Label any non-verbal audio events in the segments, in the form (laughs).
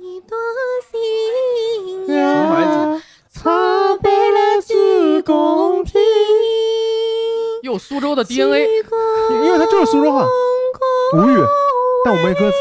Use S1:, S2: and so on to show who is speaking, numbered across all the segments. S1: 一朵新
S2: 小
S1: 芽
S2: 孩子
S1: 苍白了鞠躬听，
S3: 又苏州的 DNA，
S1: 鞠躬
S2: 因为因为它就是苏州话，吴语，但我没歌词。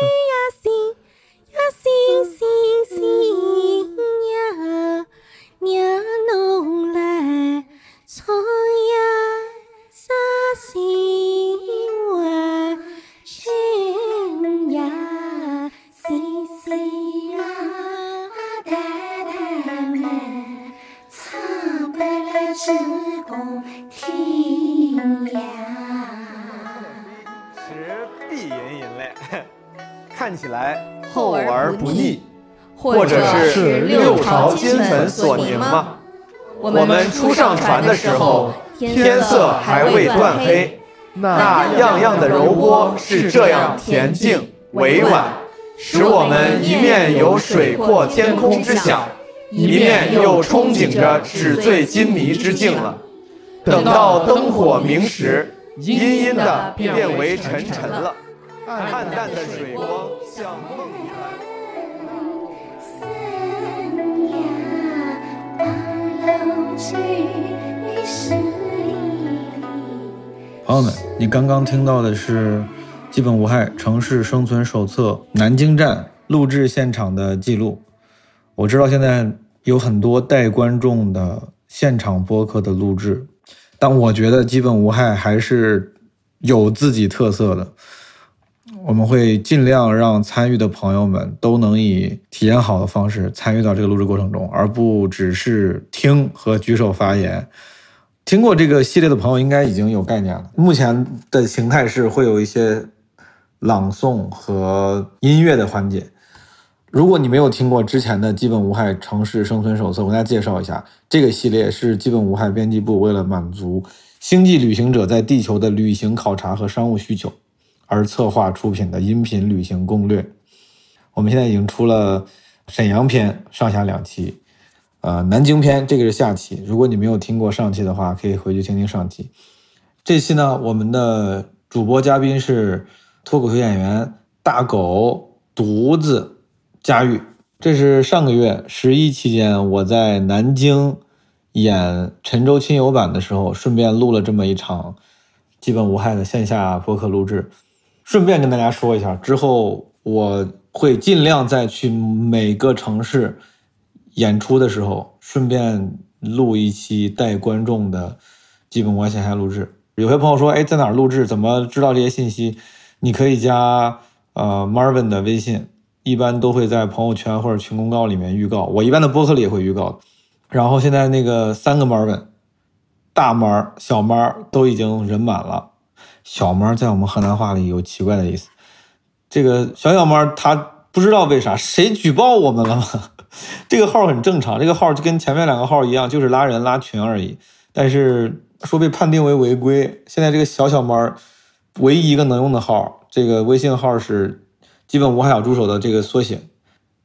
S4: 只共听呀。
S5: 其实必饮饮 (laughs) 类，看起来
S1: 厚而不腻，
S5: 或
S1: 或
S5: 者是
S1: 六
S5: 六朝金粉所凝
S1: 吗？
S5: 吗？
S1: 我
S5: 我们初上船的时候，天色还未断黑，
S2: 那
S5: 那样样的柔波是这样恬静委婉，使我们一面有水阔天空之想，一面又憧憬着纸醉金迷之境了。等到灯火明时，阴阴的变为沉沉了，暗淡的水光像梦一般。
S4: 三呀，八楼居于十里。
S6: 朋友们，你刚刚听到的是《基本无害城市生存手册》南京站录制现场的记录。我知道现在有很多带观众的现场播客的录制，但我觉得《基本无害》还是有自己特色的。我们会尽量让参与的朋友们都能以体验好的方式参与到这个录制过程中，而不只是听和举手发言。听过这个系列的朋友应该已经有概念了。目前的形态是会有一些朗诵和音乐的环节。如果你没有听过之前的《基本无害城市生存手册》，我跟大家介绍一下，这个系列是基本无害编辑部为了满足星际旅行者在地球的旅行考察和商务需求而策划出品的音频旅行攻略。我们现在已经出了沈阳篇上下两期，呃，南京篇这个是下期，如果你没有听过上期的话，可以回去听听上期。这期呢，我们的主播嘉宾是脱口秀演员大狗、犊子、佳玉。这是上个月十一期间，我在南京演陈州亲友版的时候，顺便录了这么一场基本无害的线下播客录制。顺便跟大家说一下，之后我会尽量再去每个城市演出的时候，顺便录一期带观众的基本关线下录制。有些朋友说，哎，在哪儿录制？怎么知道这些信息？你可以加呃 Marvin 的微信，一般都会在朋友圈或者群公告里面预告。我一般的播客里也会预告的。然后现在那个三个 Marvin，大 Mar、小 Mar 都已经人满了。小猫在我们河南话里有奇怪的意思。这个小小猫它不知道为啥谁举报我们了吗？这个号很正常，这个号就跟前面两个号一样，就是拉人拉群而已。但是说被判定为违规，现在这个小小猫唯一一个能用的号，这个微信号是基本无害小助手的这个缩写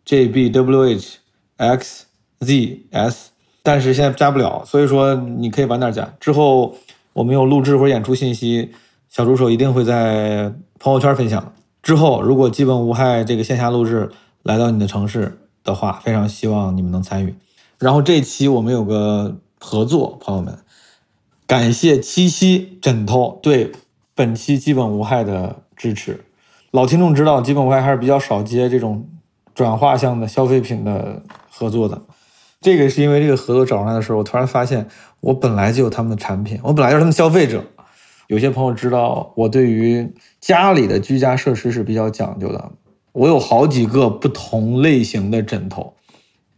S6: J B W H X Z S，但是现在加不了，所以说你可以晚点加。之后我们有录制或者演出信息，小助手一定会在朋友圈分享。之后如果基本无害这个线下录制来到你的城市的话，非常希望你们能参与。然后这一期我们有个合作，朋友们，感谢七夕枕头对本期基本无害的支持。老听众知道，基本无害还是比较少接这种转化向的消费品的合作的。这个是因为这个合作找上来的时候，我突然发现我本来就有他们的产品，我本来就是他们消费者。有些朋友知道我对于家里的居家设施是比较讲究的，我有好几个不同类型的枕头，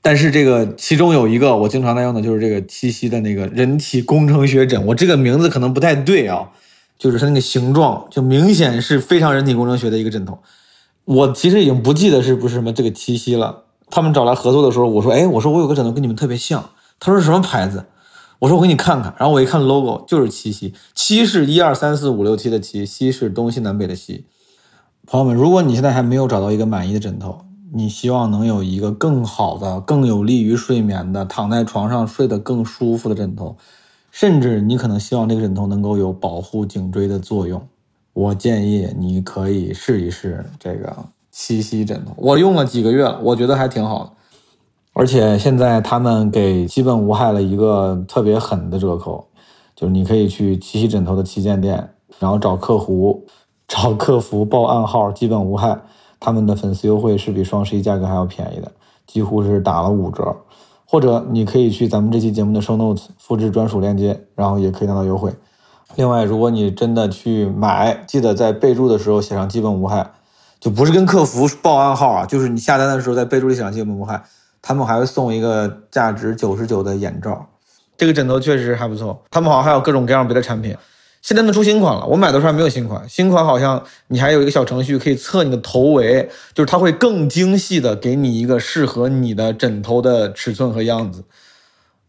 S6: 但是这个其中有一个我经常在用的就是这个七夕的那个人体工程学枕，我这个名字可能不太对啊，就是它那个形状就明显是非常人体工程学的一个枕头。啊我其实已经不记得是不是什么这个七夕了。他们找来合作的时候，我说：“哎，我说我有个枕头跟你们特别像。”他说：“什么牌子？”我说：“我给你看看。”然后我一看 logo，就是七夕，七是一二三四五六七的七，西是东西南北的西。朋友们，如果你现在还没有找到一个满意的枕头，你希望能有一个更好的、更有利于睡眠的、躺在床上睡得更舒服的枕头，甚至你可能希望这个枕头能够有保护颈椎的作用，我建议你可以试一试这个吸吸枕头，我用了几个月了，我觉得还挺好的。而且现在他们给基本无害了一个特别狠的折扣，就是你可以去七夕枕头的旗舰店，然后找客服，找客服报暗号“基本无害”，他们的粉丝优惠是比双十一价格还要便宜的，几乎是打了五折。或者你可以去咱们这期节目的 show notes 复制专属链接，然后也可以拿到优惠。另外，如果你真的去买，记得在备注的时候写上“基本无害”，就不是跟客服报暗号啊，就是你下单的时候在备注里写上“基本无害”，他们还会送一个价值九十九的眼罩。这个枕头确实还不错，他们好像还有各种各样别的产品。现在他们出新款了，我买的时候还没有新款，新款好像你还有一个小程序可以测你的头围，就是它会更精细的给你一个适合你的枕头的尺寸和样子。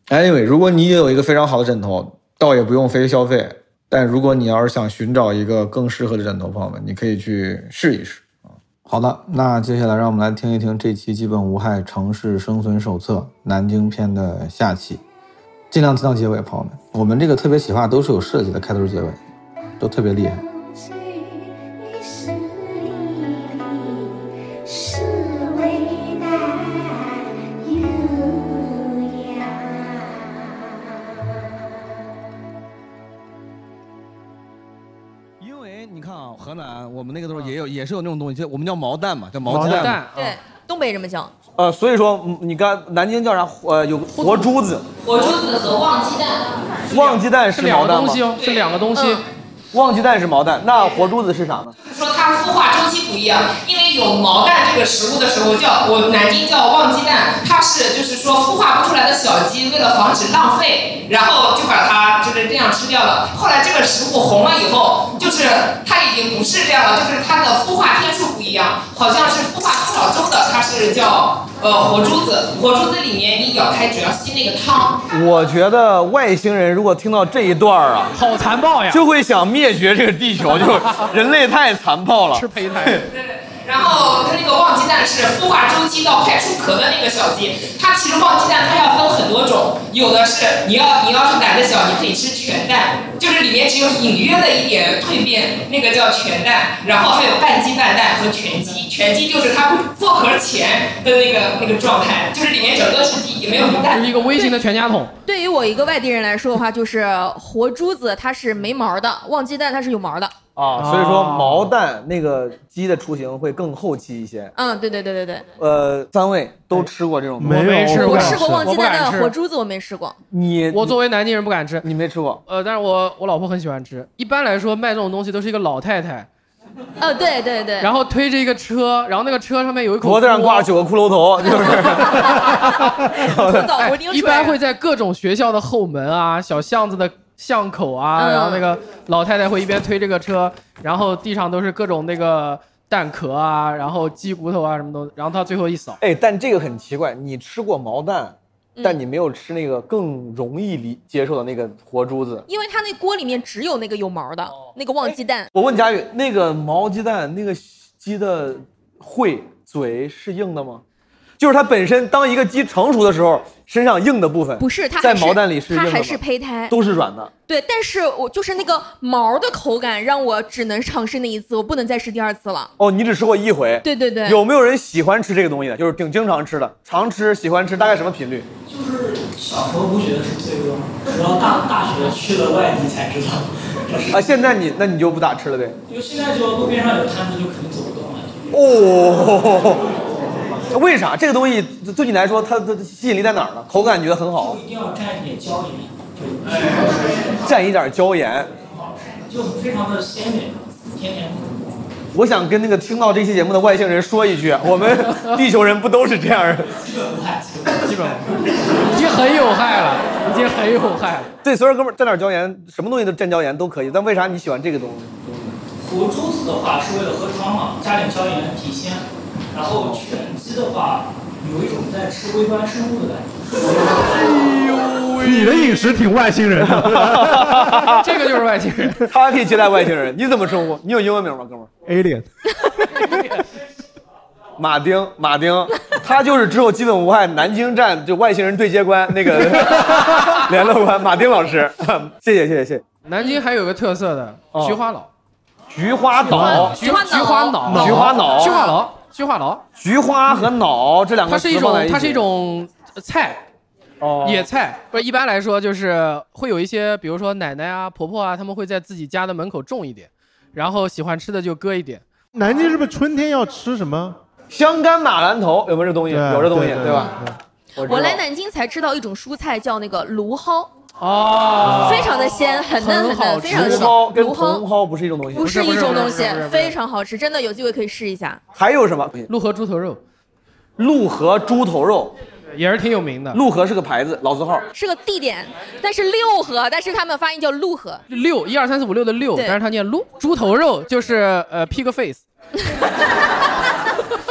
S6: Anyway，如果你也有一个非常好的枕头，倒也不用非消费。但如果你要是想寻找一个更适合的枕头，朋友们，你可以去试一试啊。好的，那接下来让我们来听一听这期《基本无害城市生存手册》南京篇的下期，尽量听到结尾，朋友们。我们这个特别企划都是有设计的，开头结尾都特别厉害。
S4: 去你是离，是为难优雅。
S6: 因为你看啊，河南我们那个时候也有，也是有那种东西，就我们叫毛蛋嘛，叫
S3: 毛
S6: 啊毛蛋。
S3: 蛋，
S7: 对，东北这么讲，
S6: 呃，所以说嗯你看南京叫啥？呃，有活珠子，
S8: 火珠子和旺鸡蛋，
S6: 旺鸡蛋
S3: 是
S6: 是
S3: 两
S6: 毛
S3: 个
S6: 蛋
S3: 东
S6: 吗
S3: 西？哦，是两个东西。
S5: 嗯
S6: 旺鸡蛋是毛蛋，那活珠子是啥呢？
S8: 说它孵化周期不一样，因为有毛蛋这个食物的时候叫我南京叫旺鸡蛋，它是就是说孵化不出来的小鸡，为了防止浪费，然后就把它就是这样吃掉了。后来这个食物红了以后，就是它已经不是这样了，就是它的孵化天数不一样，好像是孵化多少周的，它是叫呃活珠子，呃活珠子里面你咬开只要吸那个汤，
S5: 我觉得外星人如果听到这一段儿啊，
S3: 好残暴呀！
S5: 就会想灭绝这个地
S3: (laughs)
S5: 球，就是人类太残暴了
S3: 吃。胚胎，
S8: 然后它那个旺鸡蛋是孵化周期到排出壳的那个小鸡，它其实旺鸡蛋它要分很多种，有的是你要你要是懒得小，你可以吃全蛋，就是里面只有隐约的一点蜕变，那个叫全蛋，然后还有半鸡半蛋和全鸡，全鸡就是它破壳前的那个那个状态，就是里面整个是鸡，也没有一
S3: 就
S8: 蛋
S3: 是。一个微型的全家桶。
S7: 对于我一个外地人来说的话，就是活珠子它是没毛的，旺鸡蛋它是有毛的。
S5: (laughs)
S3: 哦
S9: 哦
S5: 啊，所以说毛蛋那个鸡的雏形会更后期一些。
S7: 嗯，对对对对对，
S5: 呃，三位都吃过这种东西
S3: 哎我没吃过
S7: 我
S3: 不敢
S7: 试过旺鸡
S3: 我
S7: 蛋
S3: 不敢
S7: 的
S3: 吃
S7: 活珠子，我没试过。
S5: 你
S3: 我作为南京人不敢吃，
S5: 你没吃过？
S3: 呃，但是我我老婆很喜欢吃。一般来说卖这种东西都是一个老太太，
S7: 哦，对对对，
S3: 然后推着一个车，然后那个车上面有一口
S5: 脖子上挂
S3: 锅
S5: 着九个骷髅
S7: (laughs)
S5: 头，就是
S7: 后早
S3: 哎
S7: 活丁
S3: 一般会在各种学校的后门啊、小巷子的巷口啊，
S7: 嗯
S3: 然后那个老太太会一边推这个车，然后地上都是各种那个蛋壳啊，然后鸡骨头啊什么东西，然后她最后一扫，
S5: 哎，但这个很奇怪，你吃过毛蛋，
S7: 嗯
S5: 但你没有吃那个更容易理接受的那个活珠子。
S7: 因为它那锅里面只有那个有毛的那个旺鸡蛋，
S5: 我问佳宇，那个毛鸡蛋那个鸡的喙嘴是硬的吗？就是它本身当一个鸡成熟的时候，身上硬的部分
S7: 不是它
S5: 在
S7: 还是
S5: 毛蛋里是硬
S7: 它
S5: 的
S7: 还
S5: 吗
S7: 是胚胎。
S5: 都是软的。
S7: 对，但是我就是那个毛的口感让我只能尝试那一次，我不能再试第二次了。
S5: 哦，你只吃过一回。
S7: 对对对，
S5: 有没有人喜欢吃这个东西的？就是挺经常吃的，常吃喜欢吃，大概什么频率？
S10: 就是小时候不觉得是罪恶，直到大大学去了外地才知道这是。
S5: 啊，现在你那你就不咋吃了呗？
S10: 因为现在就路边上有摊子，就肯定走不动了。
S5: 哦，为啥这个东西对你来说它的吸引力在哪儿呢？口感觉得很好
S10: 就，一定要蘸一点椒盐，
S5: 蘸一点椒盐。
S10: 就就非常的鲜美，甜甜的。
S5: 我想跟那个听到这期节目的外星人说一句，我们地球人不都是这样儿？
S3: 基本已经很有害了，已经很有害了。
S5: 对，所以说哥们儿蘸点椒盐，什么东西都蘸椒盐都可以。但为啥你喜欢这个东西？
S10: 活珠子的话是为了喝汤嘛，加点椒盐提鲜。然后全鸡的话，有一种在吃微观生物的感觉。
S2: 你的饮食挺外星人的
S3: (laughs) 这个就是外星人，
S5: 他还可以接待外星人，你怎么称呼？你有英文名吗，哥们儿？
S2: ，alien。
S5: 马丁，马丁， (laughs) 他就是之后基本无害南京站就外星人对接官那
S7: (laughs)
S5: 个联络官马丁老师， (laughs) 谢谢谢谢谢谢。
S3: 南京还有个特色的
S5: 哦
S3: 菊花脑，
S5: 菊花岛，
S7: 菊花脑
S3: 菊花脑，菊
S5: 菊花脑
S3: 花脑，菊话痨，
S5: 菊花和脑这两个
S3: 它是一
S5: 词放在
S3: 种
S5: 一起
S3: 它是一种呃菜，
S5: 哦
S3: 野菜。不是一般来说就是会有一些，比如说奶奶啊、婆婆啊，他们会在自己家的门口种一点，然后喜欢吃的就割一点。
S2: 南京是不是春天要吃什么？
S5: 香干马兰头有没有这东西？
S2: 对
S5: 有这东西
S2: 对对
S5: 对吧？
S7: 我来南京才知道一种蔬菜叫那个芦蒿，
S3: 哦
S7: 非常的鲜，很嫩很嫩，非常的
S5: 芦
S7: 鲜。
S5: 蒿哦跟
S7: 芦
S5: 茼蒿不是一种东西，
S7: 不是一种东西，非
S5: 常。
S7: 常好吃，真的有机会可以试一下。
S5: 还有什么？
S3: 陆河猪头肉，
S5: 陆河猪头肉
S3: 也是挺有名的。
S5: 陆河是个牌子，老字号。
S7: 是个地点，但是六合，但是他们发音叫陆河。
S3: 六一二三四五六的六，
S7: 对
S3: 但是它念鹿。猪头肉就是呃 pig face，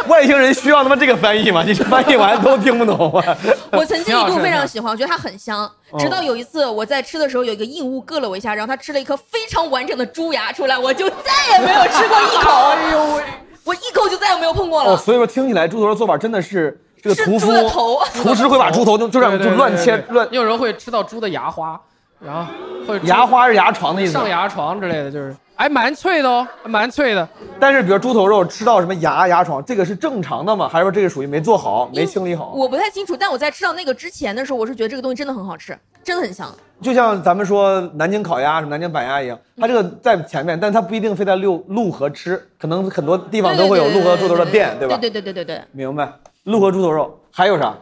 S5: 外星人需要他妈这个翻译吗？你这翻译完都听不懂啊！
S7: (laughs) 我曾经一度非常喜欢，我觉得它很香
S5: 哦。
S7: 直到有一次我在吃的时候，有一个硬物硌了我一下，然后它吃了一颗非常完整的猪牙出来，我就再也没有吃过一 (laughs)
S3: 哎呦
S7: 口，我一口就再也没有碰过
S5: 哦，
S7: 了。
S5: 所以说听起来猪头肉做法真的是这个
S7: 是
S5: 屠夫
S7: 猪的头啊
S3: (laughs)
S5: 厨师会把猪头就就这样
S3: 对
S5: 就
S3: 对
S5: 乱
S3: 对
S5: 切
S3: 对
S5: 乱，
S3: 有时候会吃到猪的牙花，然后会
S5: 牙花是牙床的意思。
S3: 上牙床之类的，就是哎蛮脆的哦，蛮脆的。
S5: 但是比如猪头肉吃到什么牙牙床，这个是正常的吗？还是说这个属于没做好、没清理好？
S7: 我不太清楚，但我在吃到那个之前的时候，我是觉得这个东西真的很好吃，真的很香。
S5: 就像咱们说南京烤鸭、什么南京板鸭一样，
S7: 嗯
S5: 它这个在前面，但它不一定非在六路河吃，可能很多地方都会有
S7: 对对
S5: 路
S7: 对
S5: 河猪头肉店，
S7: 对
S5: 吧？
S7: 对对对对对。
S5: 明白。路河猪头肉还有啥？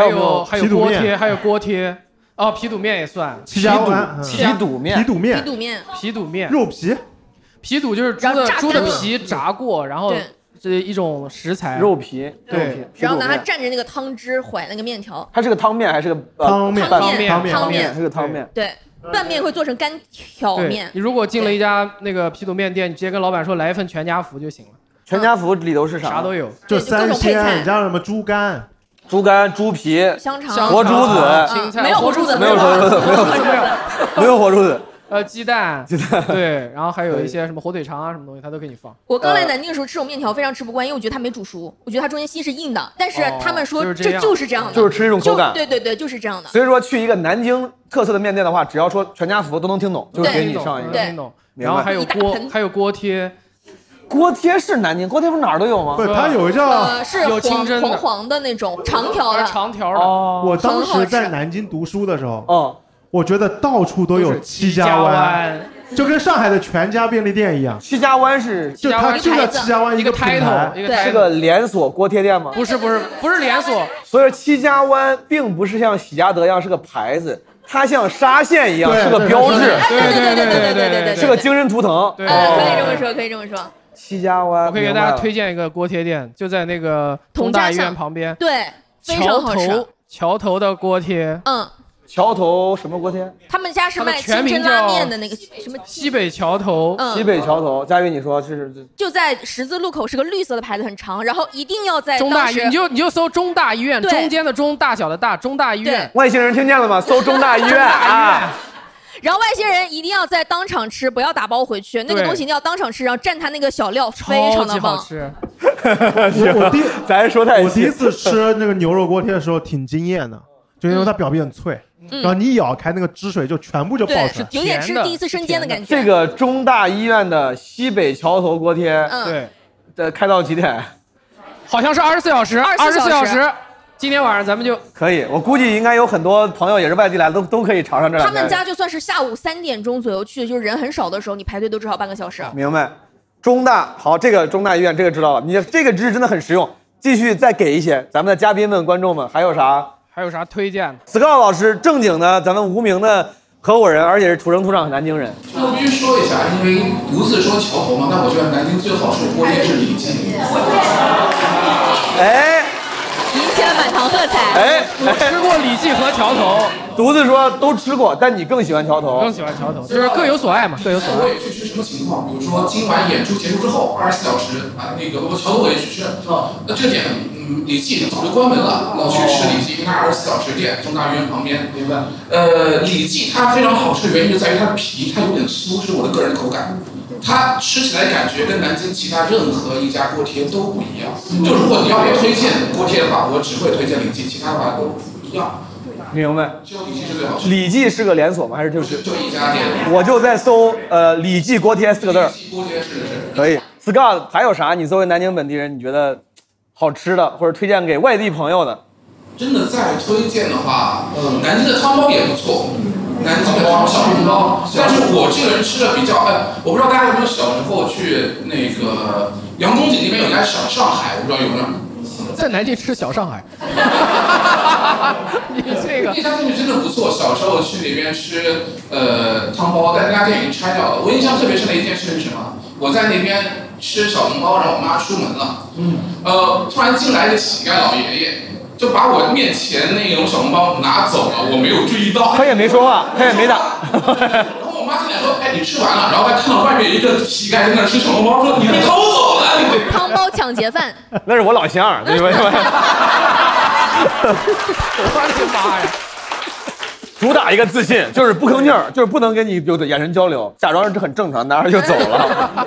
S5: 有没有
S3: 还有锅贴，还有锅贴，哦，皮肚面也算，
S5: 皮肚皮肚面皮肚面皮
S7: 肚面，
S3: 皮肚面，
S2: 肉皮，
S3: 皮肚就是猪
S7: 然后
S3: 的
S7: 炸
S3: 猪的
S7: 干了
S3: 皮炸过，然后
S7: 对
S3: 这一种食材，
S5: 肉皮，肉皮
S3: 对，
S7: 然后拿它蘸着那个汤汁怀那个面条，
S5: 它是个汤面还是个、呃
S2: 汤面
S5: 拌
S7: 汤面汤面汤面
S5: 是个汤面。
S7: 对，拌面会做成干条
S3: 对
S7: 面，
S3: 你如果进了一家那个皮肚面店，你直接跟老板说来一份全家福就行了，
S5: 全家福里头是啥？
S3: 啥都有，
S2: 就三鲜，你知道什么猪肝、
S5: 猪肝、猪皮、
S7: 香肠
S5: 活猪
S3: 啊
S5: 子，
S3: 青菜，
S7: 没有活猪子
S5: 没有
S7: 活
S5: 活猪子，没有
S3: 没有，
S5: 没有活猪子。
S3: 呃，鸡蛋，鸡蛋，对，然后还有一些什么火腿肠啊，什么东西，他都给你放。
S7: 我刚来
S3: 呃
S5: 呃
S7: 南京的时候吃这种面条非常吃不惯，因为我觉得它没煮熟，我觉得它中间心是硬的。但是
S3: 哦
S7: 他们说
S3: 就是这
S7: 这
S3: 样
S7: 就是这样的，
S5: 就是吃这种口感
S7: 就对对对，就是这样的。
S5: 所以说，去一个南京特色的面店的话，只要说全家福都能听懂，就是
S7: 对
S5: 给你上一
S3: 能
S5: 个
S7: 对
S3: 听懂。
S5: 明
S3: 然
S5: 白
S3: 后还有
S7: 一大
S3: 锅，
S7: 盆
S3: 还有锅贴，
S5: 锅贴是南京锅贴，不是哪儿都有吗
S2: 不？是，它有一叫
S7: 呃，是
S3: 有清
S7: 黄
S3: 蒸的
S7: 黄黄的那种长条
S3: 还
S7: 的
S3: 有，长条的，
S5: 哦
S2: 我当
S7: 很好
S2: 时
S7: 吃
S2: 在南京读书的时候，
S5: 哦，
S2: 我觉得到处都有七家湾，
S3: 湾，
S2: 就跟上海的全家便利店一样，
S5: 戚家湾是
S3: 七
S2: 就
S3: 家
S2: 它
S3: 湾
S2: 就叫七家湾
S3: 一
S2: 一
S3: 个
S2: 个品
S3: title，
S2: 牌，
S3: 一个
S7: 对
S5: 是
S3: title，
S5: 个连锁锅贴店吗？
S3: 不是不是不是连锁，
S5: 所以说戚家湾并不是像喜家德一样是个牌子，它像沙县一样
S2: 对
S5: 是个标志，
S7: 哎对对对对对对对对
S5: 是个精神图腾。
S3: 对
S7: 呃，可以
S5: 哦
S7: 这么说，可以这么说。
S5: 戚家湾，
S3: 我可以给大家推
S5: 荐。
S3: 荐一个锅贴店，就在那个
S7: 同
S3: 大
S7: 家
S3: 医院
S7: 巷
S3: 旁边，
S7: 对，非
S3: 桥
S7: 常好吃
S3: 头。桥头的锅贴，
S7: 嗯，
S5: 桥头什么锅贴？
S7: 他们家是
S3: 他们
S7: 卖
S3: 全
S7: 清
S3: 名
S7: 真拉
S3: 叫
S7: 面的那个什么，
S3: 西北桥头，
S5: 西
S7: 嗯，
S5: 北桥头。佳宇，你说是是
S7: 就在十字路口是个绿色的牌子，很长，然后一定要在
S3: 中
S7: 哎当
S3: 大医
S7: 时
S3: 院，你就你就搜中大医院，
S7: 对
S3: 中间的中，大小的大，中大医院，
S5: 外星人听见了吗？搜
S3: (laughs)
S5: 中大医院啊！
S7: 然后外星人一定要在当场吃，不要打包回去，那个
S3: 对
S7: 东西一定要当场吃，然后蘸它那个小料，非
S3: 超
S7: 常的
S3: 级好
S7: 棒。
S3: 吃，
S2: 我我第
S5: (laughs) 咱说太细
S2: 我第一次吃那个牛肉锅贴的时候挺惊艳的，就因为它
S5: 嗯
S2: 表面很脆，然后你一咬开那个汁水就全部就爆
S7: 对
S2: 出来，，
S7: 有点吃
S3: 甜的
S7: 第一次生煎的感觉。
S5: 这个中大医院的西北桥头锅贴
S7: 嗯，
S3: 对，
S5: 的开到几点？
S3: 好像是二十四小时，二十
S7: 24
S3: 四小
S7: 小时
S3: 时。今天晚上咱们就
S5: 可以，我估计应该有很多朋友也是外地来的，都都可以尝尝这两
S7: 他
S5: 家
S7: 们家就算是下午三点钟左右去，就是人很少的时候，你排队都至少半个小时。
S5: 明白。中大好，这个中大医院这个知道了，你这个知识真的很实用。继续再给一些，咱们的嘉宾们、观众们还有啥？
S3: 还有啥推荐的？
S5: Scout 老师正经的，咱们无名的合伙人，而且是土生土长的南京人。
S11: 那我必须说一下，因为独自说桥头嘛，但我觉得南京最好吃的锅贴是李记。
S5: 哎
S7: 银钱满堂喝彩。
S5: 哎
S11: (laughs)
S3: 我吃
S5: 哎，
S3: 过李记和桥头，
S5: 独自说都吃过，但你更喜欢桥头
S3: 更。喜欢桥头，就是各有所爱嘛，各有所
S11: 我
S3: 爱。
S11: 也去吃什么情况？比如说今晚演出结束之后，二十四小时啊，那个我桥头我也去吃。那这点，嗯，李记早就关门了，老去吃李记，因为它二十四小时店，中大医院旁边。明白。呃，李记它非常好吃的原因就在于它的皮，它有点酥，是我的个人口感。它吃起来感觉跟南京其他任何一家锅贴都不一样。就如果你要我推荐锅贴的话，我只会推荐李记，其他的话都不一样。
S5: 明白。
S11: 只有李记是最好吃的，
S5: 李记是个连锁吗？还是就是？
S11: 就一家店。
S5: 我就在搜呃李记锅贴四个字儿
S11: 李。记锅贴是是。
S5: 可以。Scott 还有啥？你作为南京本地人，你觉得好吃的，或者推荐给外地朋友的？
S11: 真的再推荐的话，嗯，南京的汤包也不错，南京的汤小笼包。但是我这个人吃的比较，哎，我不知道大家有没有小时候去那个杨公井那边有家小上海，我不知道有没有。
S3: 在南京吃小上海，你这个
S11: 那家店真的不错，小时候去里面吃呃汤包，但那家店已经拆掉了。我印象特别深的一件事是什么？我在那边吃小笼包，然后我妈出门了，
S1: 嗯，
S11: 呃，突然进来一个乞丐老爷爷，就把我面前那种小笼包拿走了，我没有注意到。
S5: 他也没说话，他也没打。
S11: 然后我妈进来说：“哎，你吃完了。”然后她看到外面一个乞丐在那吃小笼包，说：“你被偷走了。”
S7: 汤包抢劫犯，
S5: 那是我老乡儿，你们。
S3: 我的妈呀！
S5: 主打一个自信，就是不吭气儿，就是不能跟你有的眼神交流，假装这很正常，拿着就走了。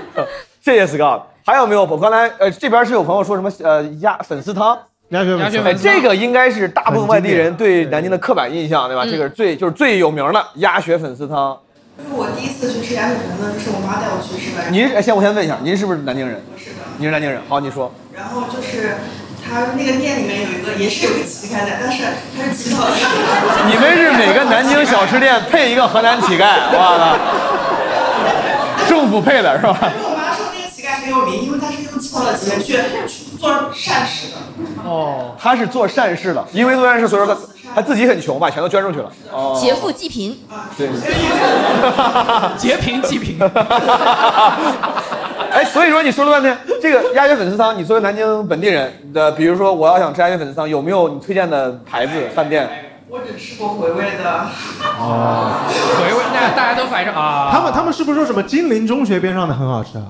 S5: 谢谢 Scott。还有没有？我刚才呃这边是有朋友说什么呃鸭粉丝汤。
S2: 鸭血
S3: 粉丝汤
S5: 哎，这个应该是大部分外地人对南京的刻板印象，对吧？
S3: 嗯
S5: 这个是最就是最有名的鸭血粉丝汤。
S12: 就是我第一次去吃鸭血粉丝，就是我妈带我去吃的。
S5: 您哎，先我先问一下，您是不是南京人？是的。您是南京人，好，你说。
S12: 然后就是他那个店里面有一个，也是有个乞丐的，但是他是乞讨的。
S5: 你们是每个南京小吃店配一个河南乞丐，哇塞，政府配的是吧？
S12: 我妈说那个乞丐很有名，因为他是用乞讨的钱去去做善事的。
S3: 哦，
S5: 他是做善事的，因为做善事，所以说他他自己很穷吧，全都捐出去了。哦，
S7: 劫
S5: (laughs)
S7: 富济贫，
S12: 啊
S5: 对，
S3: 劫贫济贫。
S5: (laughs) 哎，所以说你说了半天，这个鸭血粉丝汤，你作为南京本地人的，比如说我要想吃鸭血粉丝汤，有没有你推荐的牌子、饭店？
S12: 我只吃过回味的，
S2: 哦，
S3: 回味，那大家都反正啊，
S2: 他们他们是不是说什么金陵中学边上的很好吃啊？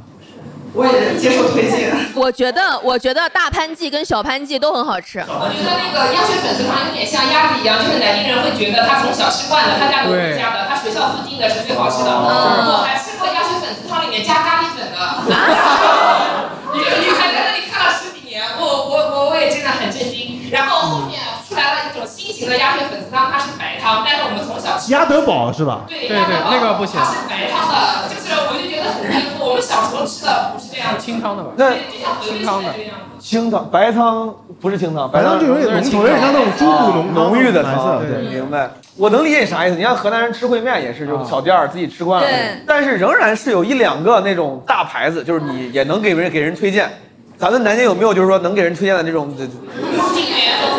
S12: 我也接受推荐。
S7: 我觉得，我觉得大潘记跟小潘记都很好吃。
S8: 我觉得那个呃鸭血粉丝汤有点像鸭子一样，就是南京人会觉得他从小吃惯的，他家楼底下的，他学校附近的是最好吃的。
S3: 哦
S8: 我还吃过鸭血粉丝汤里面加咖喱粉的，
S3: 啊
S8: 一个女孩在那里看了十几年，我我我我也真的很震惊。然后后面啊出来了一种新型的鸭血粉丝汤，它是白汤，但是我们从小吃
S2: 鸭德堡是吧？
S8: 对鸭德堡
S3: 那个不行
S8: 它是白汤的，就是我就觉得很颠覆，我们小时候吃的不是这样的，
S3: 清汤的吧？
S5: 那
S8: 就像回
S3: 清
S8: 味是
S3: 汤的
S8: 这样。
S5: 清汤白汤不是清汤，
S2: 白汤就有点浓稠有点像那种猪骨浓汤
S5: 浓郁的
S2: 白色
S5: 汤。
S2: 的对
S5: 明白。啊我能理解啥意思。你看河南人吃烩面也是，就是小店儿自己吃惯了
S1: 对，
S5: 但是仍然是有一两个那种大牌子，就是你也能给人给人推荐。咱们南京有没有就是说能给人推荐的那种
S8: 金源和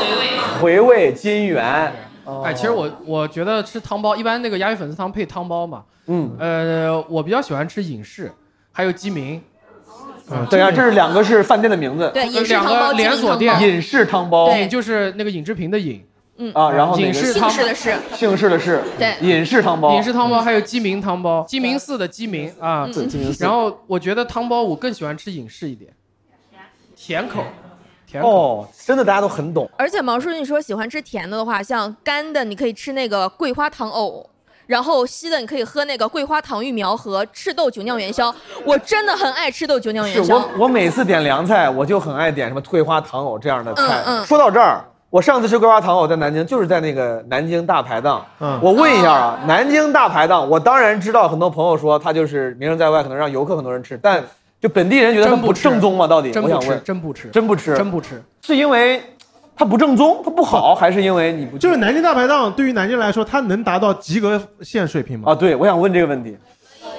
S8: 回
S5: 回
S8: 味。
S5: 味金源？
S3: 哎，其实我我觉得吃汤包，一般那个鸭血粉丝汤配汤包嘛。
S5: 嗯，
S3: 呃，我比较喜欢吃隐士，还有鸡鸣。
S5: 嗯对呀，这是两个是饭店的名字。
S3: 呃两个连锁店，
S5: 隐士汤包，
S3: 隐就是那个尹志平的尹。
S7: 嗯
S5: 啊，然后哪
S3: 隐
S5: 个
S3: 士汤包。
S7: 是
S5: 姓氏的氏，
S7: 对
S5: 隐士汤包，
S3: 隐式汤包，还有鸡鸣汤包，鸡鸣寺的鸡鸣啊
S5: 嗯，鸡鸣寺
S3: 然后我觉得汤包我更喜欢吃隐式一点，甜口，甜口。
S5: 哦，真的大家都很懂。
S7: 而且毛叔，你说喜欢吃甜的的话，像干的你可以吃那个桂花糖藕，然后稀的你可以喝那个桂花糖芋苗和赤豆酒酿元宵。我真的很爱吃豆酒酿
S5: 是
S7: 元
S5: 我
S7: 宵。
S5: 我每次点凉菜，我就很爱点什么桂花糖藕这样的菜。
S7: 嗯嗯
S5: 说到这儿，我上次吃桂花糖藕在南京，就是在那个南京大排档。
S2: 嗯
S5: 我问一下
S7: 哦
S5: 啊，南京大排档，我当然知道，很多朋友说它就是名声在外，可能让游客很多人吃，但就本地人觉得它
S3: 真
S5: 不
S3: 不吃
S5: 正宗吗？到底
S3: 真
S5: 我
S3: 不
S5: 想
S3: 吃，
S5: 问，
S3: 真不吃，
S5: 真不吃，
S3: 真不吃。
S5: 是因为它不正宗，它不好，还是因为你不
S2: 啊就是南京大排档，对于南京来说，它能达到及格线水平吗？
S5: 啊，对，我想问这个问题。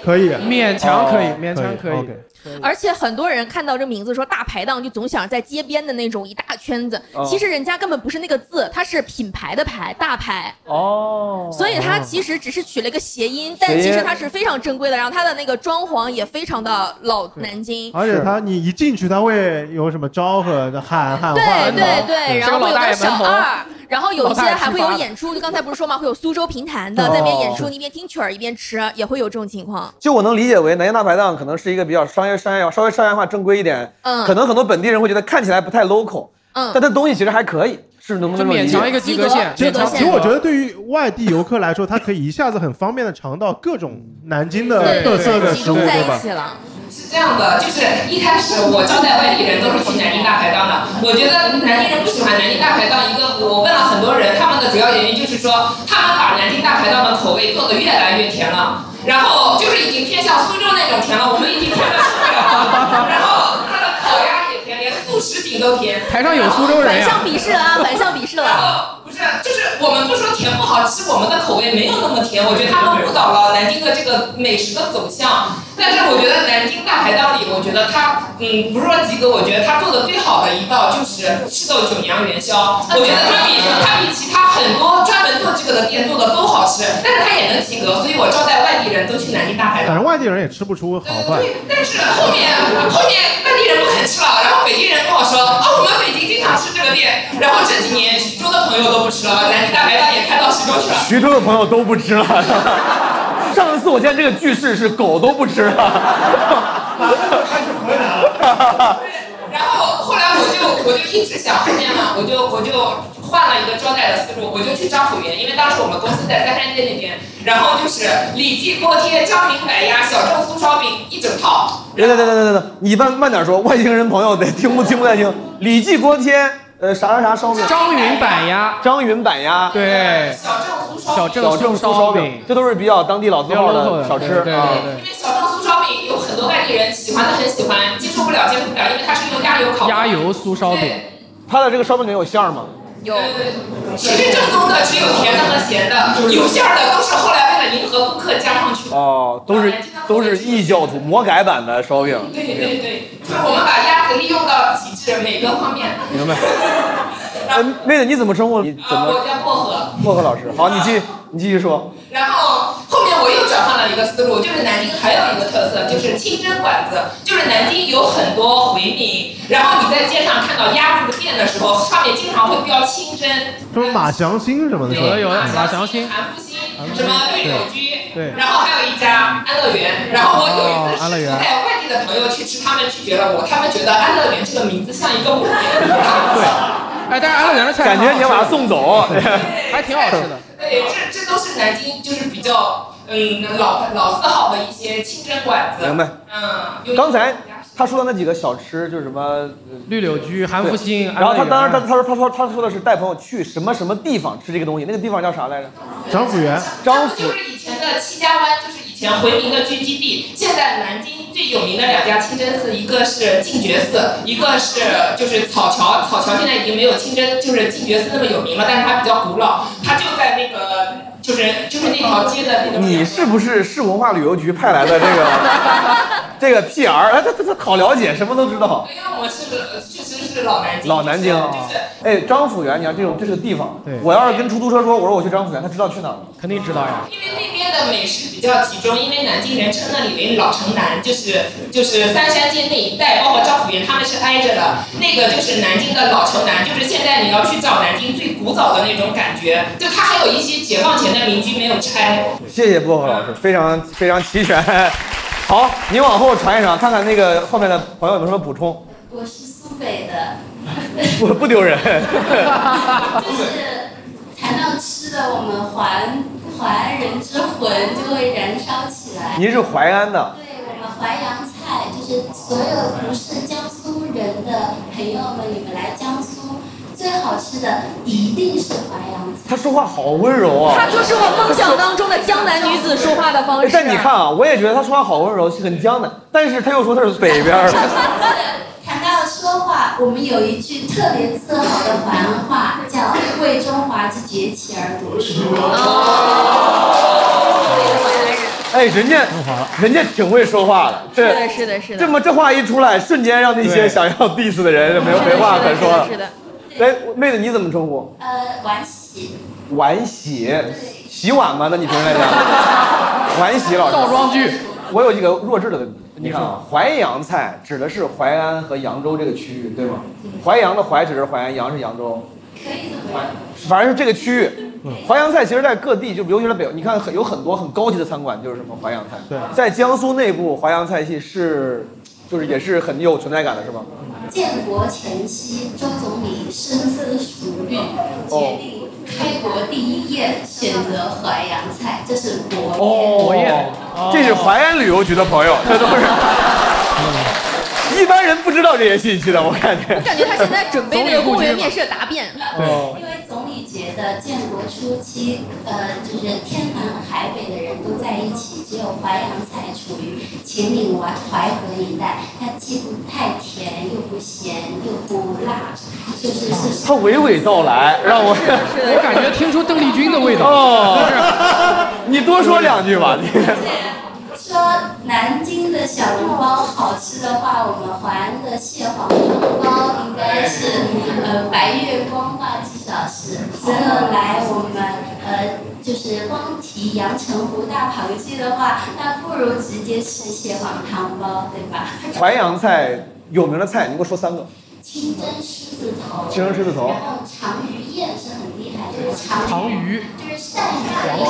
S2: 可以，
S3: 勉强可以
S2: 哦
S3: 勉强可以
S2: OK
S7: 而且很多人看到这名字说大排档，就总想在街边的那种一大圈子
S5: 哦。
S7: 其实人家根本不是那个字，它是品牌的牌，大牌。
S5: 哦
S7: 所以它其实只是取了一个谐音，但其实它是非常珍贵的。然后它的那个装潢也非常的老南京，
S2: 而且它你一进去，它会有什么招呼、喊喊话
S7: 对
S2: 什么
S7: 对对，然后会有那个小二，然后有一些
S2: 老大爷
S7: 还会有
S2: 批发的哦
S7: 演出。就刚才不是说嘛，会有苏州评弹的在那边演出，你一边听曲儿一边吃，也会有这种情况。
S5: 就我能理解为南京大排档可能是一个比较商业商业稍微商业化正规一点，
S7: 嗯
S5: 可能很多本地人会觉得看起来不太 local，
S7: 嗯
S5: 但它东西其实还可以，是能不能这么理解
S2: 其实其实我觉
S7: 嗯
S2: 得对于外地游客来说，他可以一下子很方便的尝到各种南京的特色的食物，对吧？
S7: 了。
S8: 是这样的，就是一开始我招待外地人都是去南京大排档的。我觉得南京人不喜欢南京大排档，一个我问了很多人，他们的主要原因就是说，他们把南京大排档的口味做得越来越甜了，然后就是已经啊偏向苏州那种甜了，我们已经看得出来了。然后它的烤鸭也甜，连素十品都甜。
S3: 台上有苏州人
S7: 反
S3: 呀
S8: 呃
S7: 向鄙视了啊，反向鄙视了
S8: 然
S7: 啊。
S8: 后不是，就是我们不说甜不好吃，我们的口味没有那么甜。我觉得他们误导了南京的这个美食的走向。但是我觉得南京大排档里，我觉得他嗯，不是说及格，我觉得他做的最好的一道就是赤豆九娘元宵。我觉得他比他比其他很多专门做这个的店做的都好吃，但是他也能及格，所以我招待外地人都去南京大排
S2: 反
S8: 档。
S2: 正外地人也吃不出好坏。
S8: 但是后面后面外地人不肯吃了，然后北京人跟我说啊，我们北京经常吃这个店，然后这几年徐州的朋友都不吃了，南京大排档也开到徐州去了。
S5: 徐州的朋友都不吃了。上次我见这个句式是狗都不吃了。
S8: 然后后来我就我就一直想后面嘛，我就我就换了一个招待的思路，我就去张府园，因为当时我们公司在三山街那边，然后就是李记锅贴、张明白鸭、小郑酥烧饼一整套。
S5: 等等等等等等，你慢慢点说，外星人朋友得听不听不太清。李记锅贴，呃，啥啥啥烧饼，
S3: 张云板鸭，
S5: 张云板鸭，
S3: 对，小郑
S5: 小郑
S3: 酥
S5: 酥
S3: 烧
S5: 烧
S3: 饼
S5: 饼，这都是比较当地老字号
S3: 比较 local
S5: 的
S3: 的
S5: 小吃
S3: 对对
S5: 啊。
S3: 对
S8: 小郑酥烧饼有很多外地人喜欢的很喜欢，接受不了接受不了，因为它是用鸭油烤的。
S3: 鸭油酥烧饼。
S5: 它的这个烧饼里面有馅儿吗？
S7: 有，
S8: 其实正宗的只有甜的和咸的，有馅儿的都是后来为了迎合顾客加上去的。
S5: 哦，都是都是异教徒魔改版的烧饼。
S8: 对对对，就是我们把鸭子利用到极致，每个方面。
S5: 明白。呃，妹子你怎么称呼？你怎
S8: 啊，我
S5: 么？
S8: 叫薄荷。
S5: 薄荷老师，好，你继你继续说。
S8: 然后后面我又转换了一个思路，就是南京还有一个特色，就是清真馆子。就是南京有很多回民，然后你在街上看到鸭子的店的时候，上面经常会标清真，
S2: 什么马祥星什么的，
S8: 有的有的马
S2: 祥
S3: 星、
S8: 韩复兴
S2: 韩
S8: 什么绿柳居，
S2: 对
S8: 然后还有一家安乐园。然后我有一次
S3: 安乐
S8: 是
S3: 园
S8: 带外地的朋友去吃，他们拒绝了我，他们觉得安乐园这个名字像一个墓园。
S3: 哎，但是安乐园的菜
S5: 感觉你要把它送走。 (laughs)
S3: 还挺好吃的。
S8: 对，这这都是南京就是比较嗯老老字号的一些清真馆子。
S5: 明白。
S8: 嗯，
S5: 刚才他说的那几个小吃就是什么呃
S3: 绿柳居韩复兴
S5: 然后他
S3: 安乐园
S5: 当然他他说他说他说的是带朋友去什么什么地方吃这个东西，那个地方叫啥来着？
S2: 张府园。
S5: 张府
S8: 就是以前的戚家湾，就是以前回民的聚集地。现在南京最有名的两家清真寺，一个是净觉寺，一个是就是草桥。草桥现在已经没有清真，就是净觉寺那么有名了，但是它比较古老，它就在那个就是就是那条街的那个。
S5: 你是不是市文化旅游局派来的这个
S8: (laughs)
S5: 这个 PR？哎，他他他好了解，什么都知道。
S8: 因为我是呃确实是老南京，
S5: 老南京啊，哎，张府园，你看这种这是个地方。我要是跟出租车说，我说我去张府园，他知道去哪儿吗？
S3: 肯定知道呀。
S8: 因为那边的美食比较集中，因为南京人称那里为老城南，就是就是三山街那一带，包括张府园，他们是挨着的。那个就是南京的老城南，就是现在你要去找南京最古早的那种感觉，就它还有一些解放前的民居没有拆。
S5: 谢谢薄荷老
S7: 啊
S5: 师，非常非常齐全。 (laughs) 好，你往后传一传，看看那个后面的朋友有没有什么补充，
S13: 我是苏
S5: (laughs)
S13: 北的，
S5: 不不丢
S7: (laughs)
S5: 人。
S13: 就是谈到吃的，我们淮淮人之魂就会燃烧起来。
S5: 您是淮安的，
S13: 我们淮扬菜就是所有不是江苏人的朋友们，你们来江苏最好吃的一定是淮扬菜。
S5: 他说话好温柔啊。
S7: 他就是我梦想当中的江南女子说话的方式。
S5: 但你看，啊，我也觉得他说话好温柔，很江南，但是他又说他是北边
S7: (laughs)
S5: 儿的。
S13: 谈到说话，我们有一句特别自豪的环话，叫“为中华之崛起而读书”。
S7: 哦
S5: 哎，人家人家挺会说话的，
S7: 是
S5: 这
S7: 的，是的，是的。
S5: 这么这话一出来，瞬间让那些想要 diss 的人就没有没话可说了。
S7: 是的，
S5: 哎，妹子你怎么称呼？
S13: 呃，碗洗，
S5: 碗洗，洗碗吗？那你平时来
S13: (laughs)
S5: 讲，碗洗老师。
S13: 倒装句。
S5: 我有一个弱智的问题，你看啊，淮扬菜指的是淮安和扬州这个区域，对吗？
S13: 嗯
S5: 淮扬的淮指的是淮安，扬是扬州，
S13: 可以怎么样？
S5: 反正是这个区域。
S13: 嗯
S5: 淮扬菜其实在各地，就尤其是北，你看很有很多很高级的餐馆就是什么淮扬菜。
S2: 对
S5: 在江苏内部，淮扬菜系是，就是也是很有存在感的，是吗？
S13: 建国前夕，周总理深思熟虑，
S5: 哦
S13: 决定开国第一宴选择淮扬菜，这是国宴。
S3: 哦
S5: 国宴，哦这是淮安旅游局的
S3: (laughs)
S5: 朋友，这都是。一般人不知道这些信息的，我感觉。
S7: 感觉他现在准备那个公务员面试的答辩。
S5: 对
S13: 因为总理决
S14: 觉得建国初期，呃，就是天南海北的人都在一起，只有淮扬菜处于秦岭淮淮河一带，它既不太甜，又不咸，又不辣，就是是
S5: 他娓娓道来，让我
S3: 我感觉听出邓丽君的味道。
S5: 哦，你多说两句吧，你。
S14: 说南京的小笼包好吃的话，我们淮安的蟹黄汤包应该是呃白月光吧，至少是。择偶来我们呃就是光提阳澄湖大螃蟹的话，那不如直接吃蟹黄汤包，对吧？
S5: 淮扬菜有名的菜，你给我说三个。
S14: 清蒸狮子头，
S5: 清蒸狮子头
S14: 然后长鱼宴是很厉害，就是长
S5: 长鱼，
S14: 就是鳝
S5: 黄
S14: 鱼，
S5: 鳝，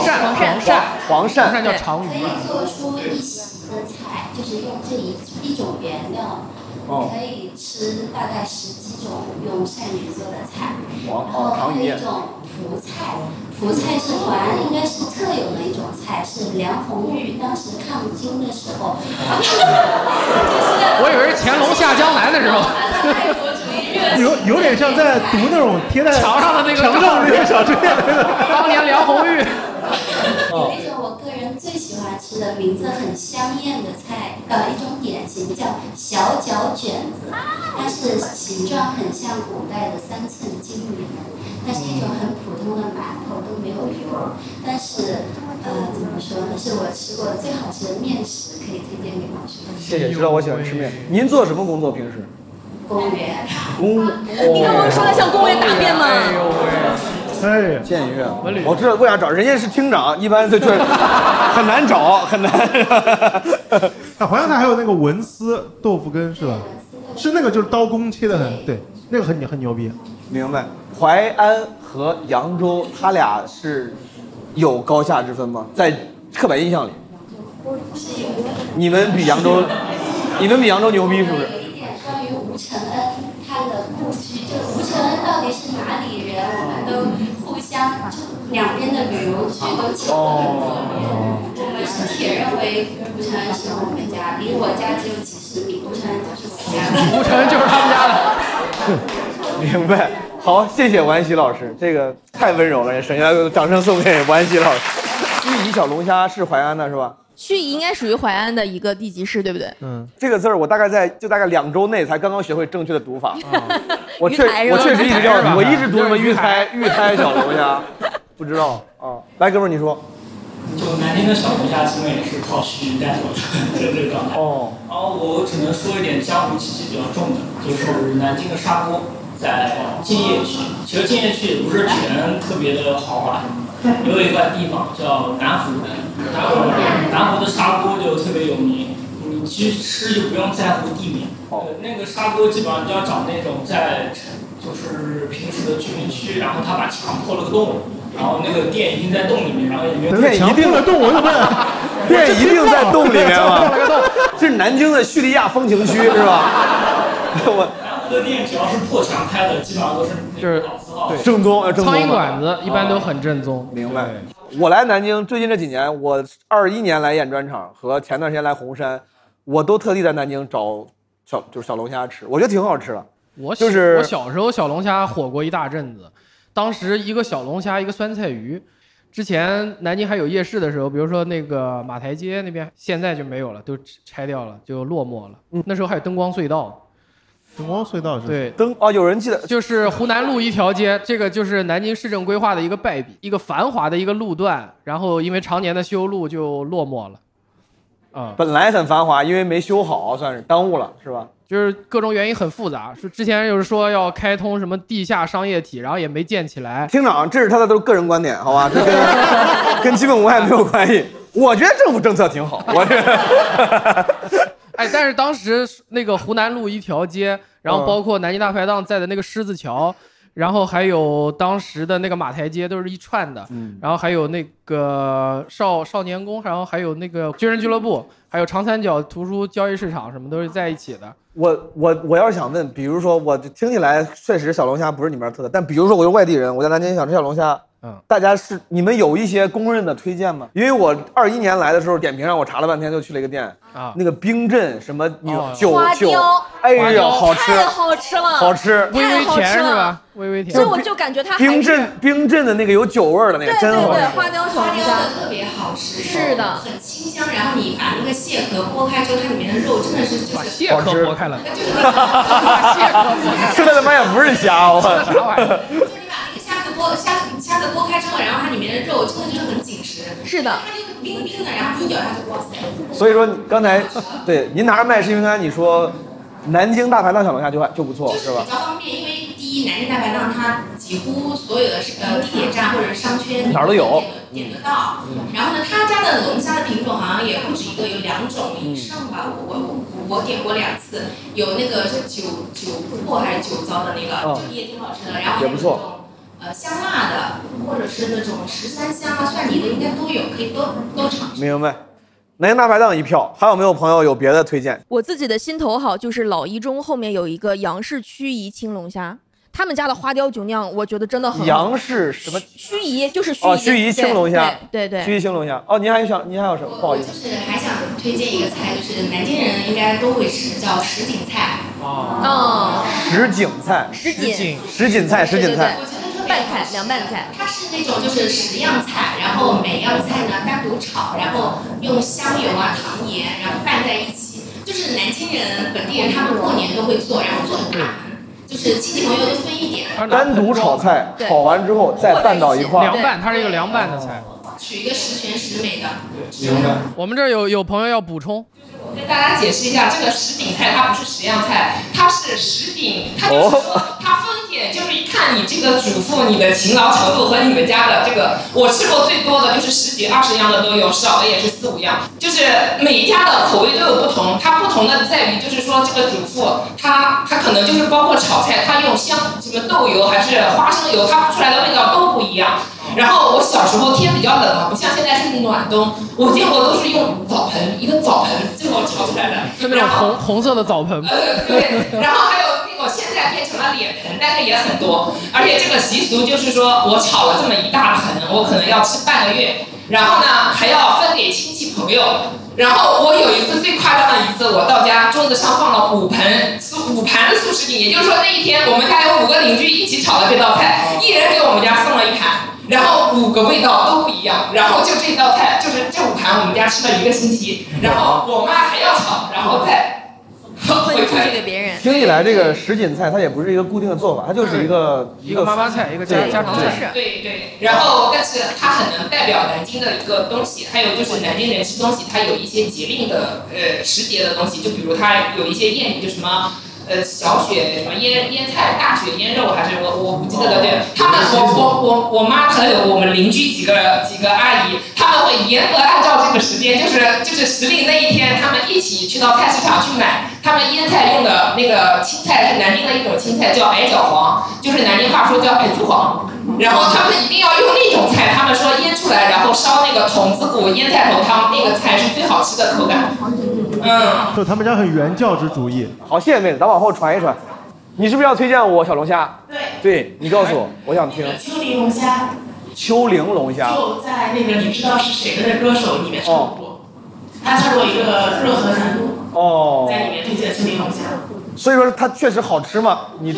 S5: 黄鳝，黄鳝叫长
S14: 可以做出一席的菜，就是用这一一种原料，
S5: 哦
S14: 可以吃大概十几种用鳝鱼做的菜，
S5: 黄
S14: 然后
S5: 哦长
S14: 还
S5: 鱼
S14: 有
S5: 宴
S14: 一。种蒲菜，蒲菜是淮安应该是特有的一种菜，是梁红玉当时抗金的时候，
S3: (laughs) 我以为是乾隆下江南的时
S14: (laughs)
S3: 候。
S2: 有有点像在读那种贴在
S3: 墙上的那个
S2: 墙上的那个小纸片那个。
S3: 当年梁红玉。
S14: 有一种我个人最喜欢吃的名字很香艳的菜，呃，一种点心叫小脚卷子，它是形状很像古代的三寸金莲，它是一种很普通的馒头，都没有油，但是呃，怎么说呢，是我吃过最好吃的面食，可以推荐给老师。
S5: 谢谢，知道我喜欢吃面。您做什么工作？平时？哦
S14: 公园。
S5: 公。
S14: 你刚刚说的像公务员答辩吗
S5: 哎呦
S2: 喂！
S5: 哎，建宇，我知道为啥找人家是厅长，一般
S3: (laughs)
S5: 就就是很难找，很难。
S2: 啊，淮扬菜还有那个文思豆腐根是吧？是那个就是刀工切的很对，那个很牛很牛逼。
S5: 明白。淮安和扬州，他俩是有高下之分吗？在刻板印象里，你们比扬
S7: (laughs)
S5: 州，你们比扬州牛逼是不是？
S14: 关于吴承恩他的故居，就吴承恩到底是哪里人，我们都互相就两边的旅游区都求得很
S5: 哦
S14: 多遍。我们是铁认为吴承恩是我们家，离我家只有几十米，吴承恩就是我家的。
S5: 吴承恩就是他们家的。明白。好，谢谢王安喜老师，这个太温柔了，也省下来掌声送给王安喜老师。盱眙小龙虾是淮安的是吧？
S7: 盱眙应该属于淮安的一个地级市，对不对？
S2: 嗯，
S5: 这个字儿我大概在就大概两周内才刚刚学会正确的读法。我确
S7: 鱼台是吧
S5: 我确实一直
S7: 鱼台是吧
S5: 叫，我一直读什么
S10: 就是
S5: 玉
S10: 鱼台
S5: 台玉台小龙虾，不知道啊。来，哥们儿你说，
S10: 就南京的小龙虾，基本也是靠盱眙带火的 (laughs) 这个状态。
S5: 哦。
S10: 然后我只能说一点江湖气息比较重的，就是南京的砂锅，在建邺区。其实建邺区也不是全特别的豪华，有一块地方叫南湖，南湖南湖的砂锅就特别有名。你去吃就不用在乎地名，呃那个砂锅基本上就要找那种在就是平时的居民区，然后他把墙破了个洞，然后那个店已经在洞里面，然后也没
S5: (laughs)
S10: 有
S5: 店一定洞，我怎 (laughs) 么？店一定在洞里 (laughs) 面啊吗？这是南京的叙利亚风情区是吧？ (laughs) 我
S10: 南湖的店只要是破墙开的，基本上都是
S3: 就是对
S5: 正宗，呃正宗
S3: 苍
S5: 吗
S3: 蝇馆子一般都很正宗。
S5: 明白。我来南京最近这几年，我二一年来演专场和前段时间来红山，我都特地在南京找小就是小龙虾吃，我觉得挺好吃的。
S3: 我小
S5: 就是
S3: 我小时候小龙虾火过一大阵子，当时一个小龙虾，一个酸菜鱼。之前南京还有夜市的时候，比如说那个马台街那边，现在就没有了，都拆掉了，就落寞了。
S5: 嗯
S3: 那时候还有灯光隧道，
S2: 灯光隧道是
S3: 对
S5: 灯哦，有人记得
S3: 就是湖南路一条街，这个就是南京市政规划的一个败笔，一个繁华的一个路段，然后因为常年的修路就落寞了。啊，
S5: 本来很繁华，因为没修好，算是耽误了，是吧？
S3: 就是各种原因很复杂，是之前就是说要开通什么地下商业体，然后也没建起来。
S5: 厅长，这是他的都是个人观点，好吧？这跟跟 (laughs) 基本无害没有关系。我觉得政府政策挺好，我这
S3: (laughs) 哎，但是当时那个湖南路一条街，然
S5: 嗯
S3: 后包括南京大排档在的那个狮子桥，然后还有当时的那个马台街，都是一串的。
S5: 嗯
S11: 嗯
S3: 然后还有那个少少年宫，然后还有那个军人俱乐部，还有长三角图书交易市场，什么都是在一起
S7: (laughs)
S3: 的。
S5: 我我我要是想问，比如说我听起来确实小龙虾不是你们那儿特的，但比如说我是外地人，我在南京想吃小龙虾，
S2: 嗯，
S5: 大家是你们有一些公认的推荐吗？因为我二一年来的时候，点评上我查了半天，就去了一个店
S3: 啊，
S5: 那个冰镇什么女
S3: 哦
S5: 酒
S7: 花
S5: 酒
S7: 雕，，
S5: 哎呦，好吃，
S7: 太好吃了，
S5: 好吃
S7: 太好吃了？？
S3: 微微
S7: 所以我就感觉它还
S5: 冰
S7: 是
S5: 镇冰镇的那个有酒味儿的那个
S7: 对
S5: 真
S7: 对
S5: 好吃
S7: 对，。花雕小
S8: 花
S7: 龙
S8: 雕
S7: 虾
S8: 的特别好吃，
S7: 是的
S8: 很清香。然后你把那个蟹壳剥开之后，它里面的肉真的是就是
S3: 蟹壳剥开了，
S5: (laughs) 吃的他妈也不是虾，我
S8: 虾壳剥虾虾壳剥开之后，然后它里面的肉真的就是很紧实。
S7: 是的，
S8: 它那个冰冰的，然后你一咬下去，哇塞！
S5: 所以说你刚才对您拿着麦是因为刚才你说南京大排档小龙虾就还就不错是吧
S8: 比？较方便，因为第一，南京大排档它几乎所有的呃地铁站或者商圈
S5: 哪儿都有。
S8: 点得到。然后呢，他家的龙虾的品种好像也不止一个，有两种以上吧。我我我我点过两次，有那个是酒酒粕还是酒糟的那个，
S5: 嗯
S8: 就也挺好吃的。然后还
S5: 也
S8: 有
S5: 不
S8: 那
S5: 错
S8: 种呃香辣的，或者是那种十三香啊、蒜泥的，应该都有，可以都都尝。
S5: 明白。南京大排档一票，还有没有朋友有别的推
S3: (laughs)
S5: 荐？
S7: 我自己的心头好就是老一中后面有一个杨氏盱眙青龙虾，他们家的花雕酒酿，我觉得真的很好。
S5: 杨氏什么？
S7: 盱眙就是盱眙，
S5: 哦，盱眙青龙虾，
S7: 对对
S5: 盱眙
S7: 对，
S5: 青龙虾。哦，您还想，您还有什么？不好意思，
S8: 就是还想推荐一个菜，就是南京人应该都会吃，叫什锦菜。哦。
S5: 什锦菜，
S8: 什锦
S5: 什锦菜，什锦菜
S8: 我。觉得拌菜、凉拌菜，它是那种就是十样菜，然后每样菜呢单独炒，然后用香油啊、糖盐，然后拌在一起。就是南京人、本地人他们过年都会做，然后做很大盆，就是亲戚朋友都分一点。
S5: 单独炒菜，
S8: 对
S5: 炒完之后再拌到一块
S3: 凉
S5: 儿。
S3: 拌，它是一个凉拌的菜。
S8: 取一个十全十美的。
S5: 哦明白。
S3: 我们这儿有有朋友要补充，
S8: 我跟大家解释一下，这个什锦菜它不是十样菜，它是什锦，它就是
S5: 哦
S8: 说它分点就是一看你这个主妇你的勤劳程度和你们家的这个，我吃过最多的就是十几二十样的都有，少的也是四五样，就是每一家的口味都有不同，它不同的在于就是说这个主妇她她可能就是包括炒菜，她用香什么豆油还是花生油，它出来的味道都不一样。然后我小时候天比较冷嘛，不像现在是暖冬，我见过都是用澡盆一个澡盆最后炒出来的，
S3: 是那种红红色的澡盆。
S8: 对，然后还有那种现在变成了脸盆，但是也很多，而且这个习俗就是说我炒了这么一大盆，我可能要吃半个月，然后呢还要分给亲戚朋友。然后我有一次最夸张的一次，我到家桌子上放了五盆素五盘素食饼，也就是说那一天我们家有五个邻居一起炒的这道菜，一人给我们家送了一盘，然后五个味道都不一样，然后就这道菜就是这五盘我们家吃了一个星期，然后我妈还要炒，然后再
S7: 分出去给别人。
S5: 听起来这个什锦菜它也不是一个固定的做法，它就是一个
S3: 一个妈妈菜一个家
S5: 对
S3: 家常
S5: 对
S3: 菜
S8: 对对，然后但是它很能代表南京的一个东西，还有就是南京人吃东西，它有一些节令的呃时节的东西，就比如它有一些谚语，就什么。呃，小雪什么腌腌菜，大雪腌肉，还是我我不记得了。对，他们我我我我妈还有我们邻居几个几个阿姨，他们会严格按照这个时间，就是就是时令那一天，他们一起去到菜市场去买。他们腌菜用的那个青菜是南京的一种青菜，叫矮脚黄，就是南京话说叫矮猪黄。然后他们一定要用那种菜，他们说腌出来，然后烧那个筒子骨、腌菜头汤，那个菜是最好吃的口感。嗯，
S5: 就他们家很原教旨主义。好，谢谢妹子，咱往后传一传。你是不是要推荐我小龙虾？对，对你告诉我，我想听
S14: 秋梨龙虾
S5: 秋陵龙虾。哦
S14: 就在那个你知道是谁的那歌手里面唱
S5: 过，
S14: 他唱过一个热河南路，
S5: 哦，
S14: 在里面推荐秋梨龙虾。
S5: 所以说它确实好吃吗？你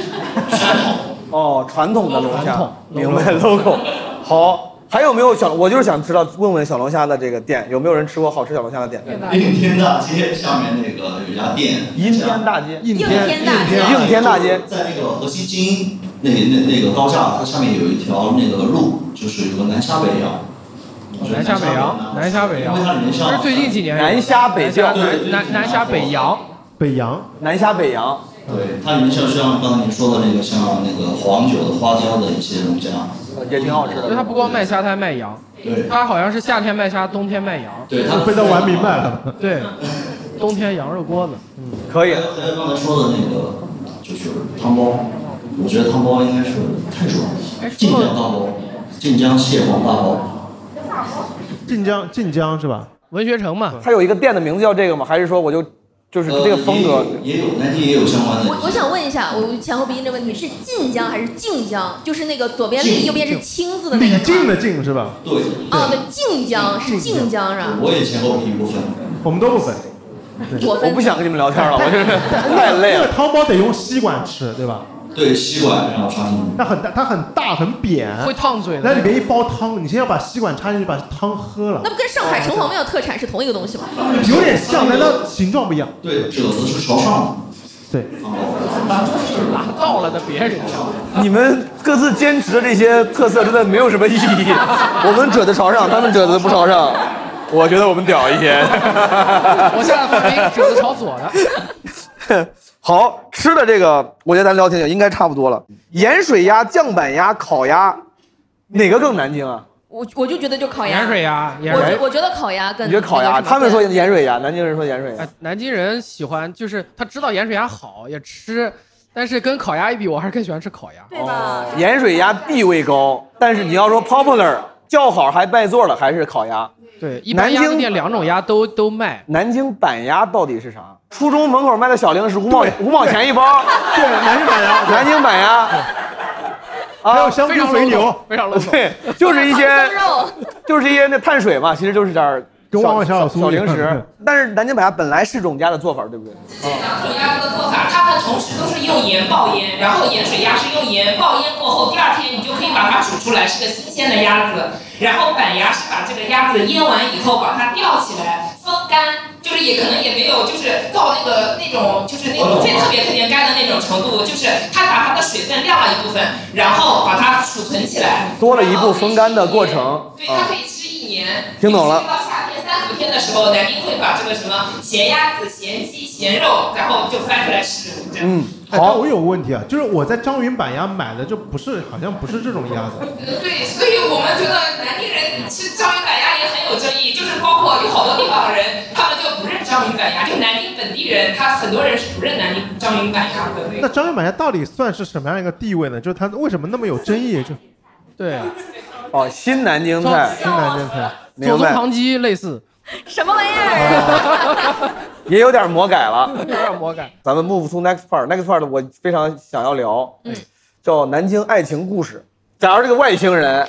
S5: (laughs) 哦，传统的龙虾
S14: 传统，
S5: 明白 logo。好，还有没有小？我就是想知道，问问小龙虾的这个店有没有人吃过好吃小龙虾的店？
S4: 应天大街上面那个有一家店，
S5: 应天大街，
S4: 应
S5: 天大街
S4: 应
S5: 应天大街
S4: 在那个河西精英那那那个高架，它下面有一条那个路，就是有个南沙北窑。
S3: 南虾北洋，南虾北洋，这是最近几年有的
S4: 南虾北洋
S3: 南虾南南南虾北洋，
S4: 北洋，
S5: 南虾北洋。
S4: 对，它里面像像刚才您说的那个，像那个黄酒的花椒的一些东西啊，
S5: 哦也挺好吃
S3: 就它不光卖虾，它还卖羊。
S4: 对
S3: 它好像是夏天卖虾，冬天卖羊。
S4: 对它被它玩明白
S2: 了。
S3: 对，冬天羊肉
S5: (laughs)
S3: 锅子。
S5: 可以。
S4: 还有刚才说的那个就是汤包，我觉得汤包应该是太爽
S3: 哎
S4: 了，晋江大包，晋江蟹黄大包。
S2: 晋江晋江是吧？
S3: 文学城嘛，
S5: 它有一个店的名字叫这个吗？还是说我就就是这个风格。
S15: 呃也有南京也有相关的。
S7: 我我想问一下，我前后鼻音这问题是晋江还是晋江？就是那个左边
S15: 晋
S7: 立，右边是青字的那
S2: 李
S7: 个。
S2: 靖的靖是吧？
S15: 对，
S7: 哦，对，晋江是晋江是吧？
S15: 我也前后鼻音不分。
S2: 我们都不分。
S7: 我分
S5: 我不想跟你们聊天了，我就是太累
S2: 那个
S5: 了。
S2: 汤包得用吸管吃，对吧？
S15: (laughs) 对，吸管然后插进去。
S2: 它很大，它很大，很扁，
S3: 会烫嘴的
S2: 那里面一包汤，你先要把吸管插进去，把汤喝了
S7: 那。不跟上海城隍庙特产是同一个东西吗？
S2: 有点像，但它形状不一样。
S15: 对，褶子是朝上的。
S2: 对。
S3: 拉到了的别人
S5: 你们各自坚持的这些特色真的没有什么意义。我们褶子朝上，他们褶子不朝上。我觉得我们屌一些。
S3: (laughs)
S5: (laughs)
S3: 我下来发现一个褶子朝左的， (laughs)
S5: 好吃的这个，我觉得咱聊挺久，应该差不多了。盐水鸭、酱板鸭、烤鸭，哪个更南京啊？
S7: 我我就觉得就烤鸭。
S3: 盐水鸭盐
S7: 我
S5: 水
S7: 觉我觉得烤鸭更。
S5: 你觉得烤
S7: 那
S5: 鸭？
S7: 个什么
S5: 他们说盐水鸭，南京人说盐水鸭。
S3: 南京人喜欢就是他知道盐水鸭好也吃，但是跟烤鸭一比，我还是更喜欢吃烤鸭。对
S7: 啊
S3: 吧？
S5: 盐水鸭地位高，但是你要说 popular 叫好还卖座的，还是烤鸭。
S3: 对，一般鸭
S5: 南
S3: 子
S5: 京
S3: 店两种鸭都都卖。
S5: 南京板鸭到底是啥？初中门口卖的小零食，五毛五毛钱一 (laughs) 包。
S2: 对，南京板鸭，
S5: (laughs) 南京板鸭。啊，还有
S2: 香
S3: 菇肥牛非常
S5: (laughs)
S3: local
S5: 对，就是一些
S3: 唐僧肉，
S5: (laughs) 就是一些那碳水嘛，其实就是点儿
S2: 跟旺旺小
S5: 小
S2: 小酥
S5: 小
S2: 一样
S5: 零食。但是南京板鸭本来是种鸭的做法，对不对？
S8: 种鸭子的做法，它们同时都是用盐爆腌，然后盐水鸭是用盐爆腌过后，第二天你就可以把它煮出来，是个新鲜的鸭子。然后板鸭是把这个鸭子腌完以后，把它吊起来风干，就是也可能也没有就是到那个那种就是那种最特别特别干的那种程度，就是它把它的水分晾了一部分，然后把它储存起来，
S5: 多了一步风干的过程。
S8: 对，它可以吃一年。
S5: 听懂了
S8: 尤其是到夏天三伏天的时候，南京会把这个什么咸鸭子、咸鸡、咸肉，然后就翻出来吃。
S2: (laughs)
S8: 这样
S5: 嗯，
S2: 好，哎我有个问题啊，就是我在张云板鸭买的，就不是，好像不是这种鸭子。
S8: 呃对，所以我们觉得南京人吃章鱼板鸭也很有争议，就是包括有好多地方的人，他们就不认章鱼板鸭，就南京本地人，他很多人是不认南京章鱼板鸭的。
S2: 那张云板鸭到底算是什么样一个地位呢？就是它为什么那么有争议？就
S3: 对，
S5: 哦，新南京菜，
S2: 新南京菜，
S3: 左
S5: 明
S3: 宗
S5: 白，
S3: 棠鸡类似，
S7: 什么玩意儿？
S5: (laughs) 也有点魔改了。
S3: 有点魔改。
S5: 咱们 move to next part，next part 我非常想要聊，
S7: 嗯
S5: 叫南京爱情故事。假如这个外星人，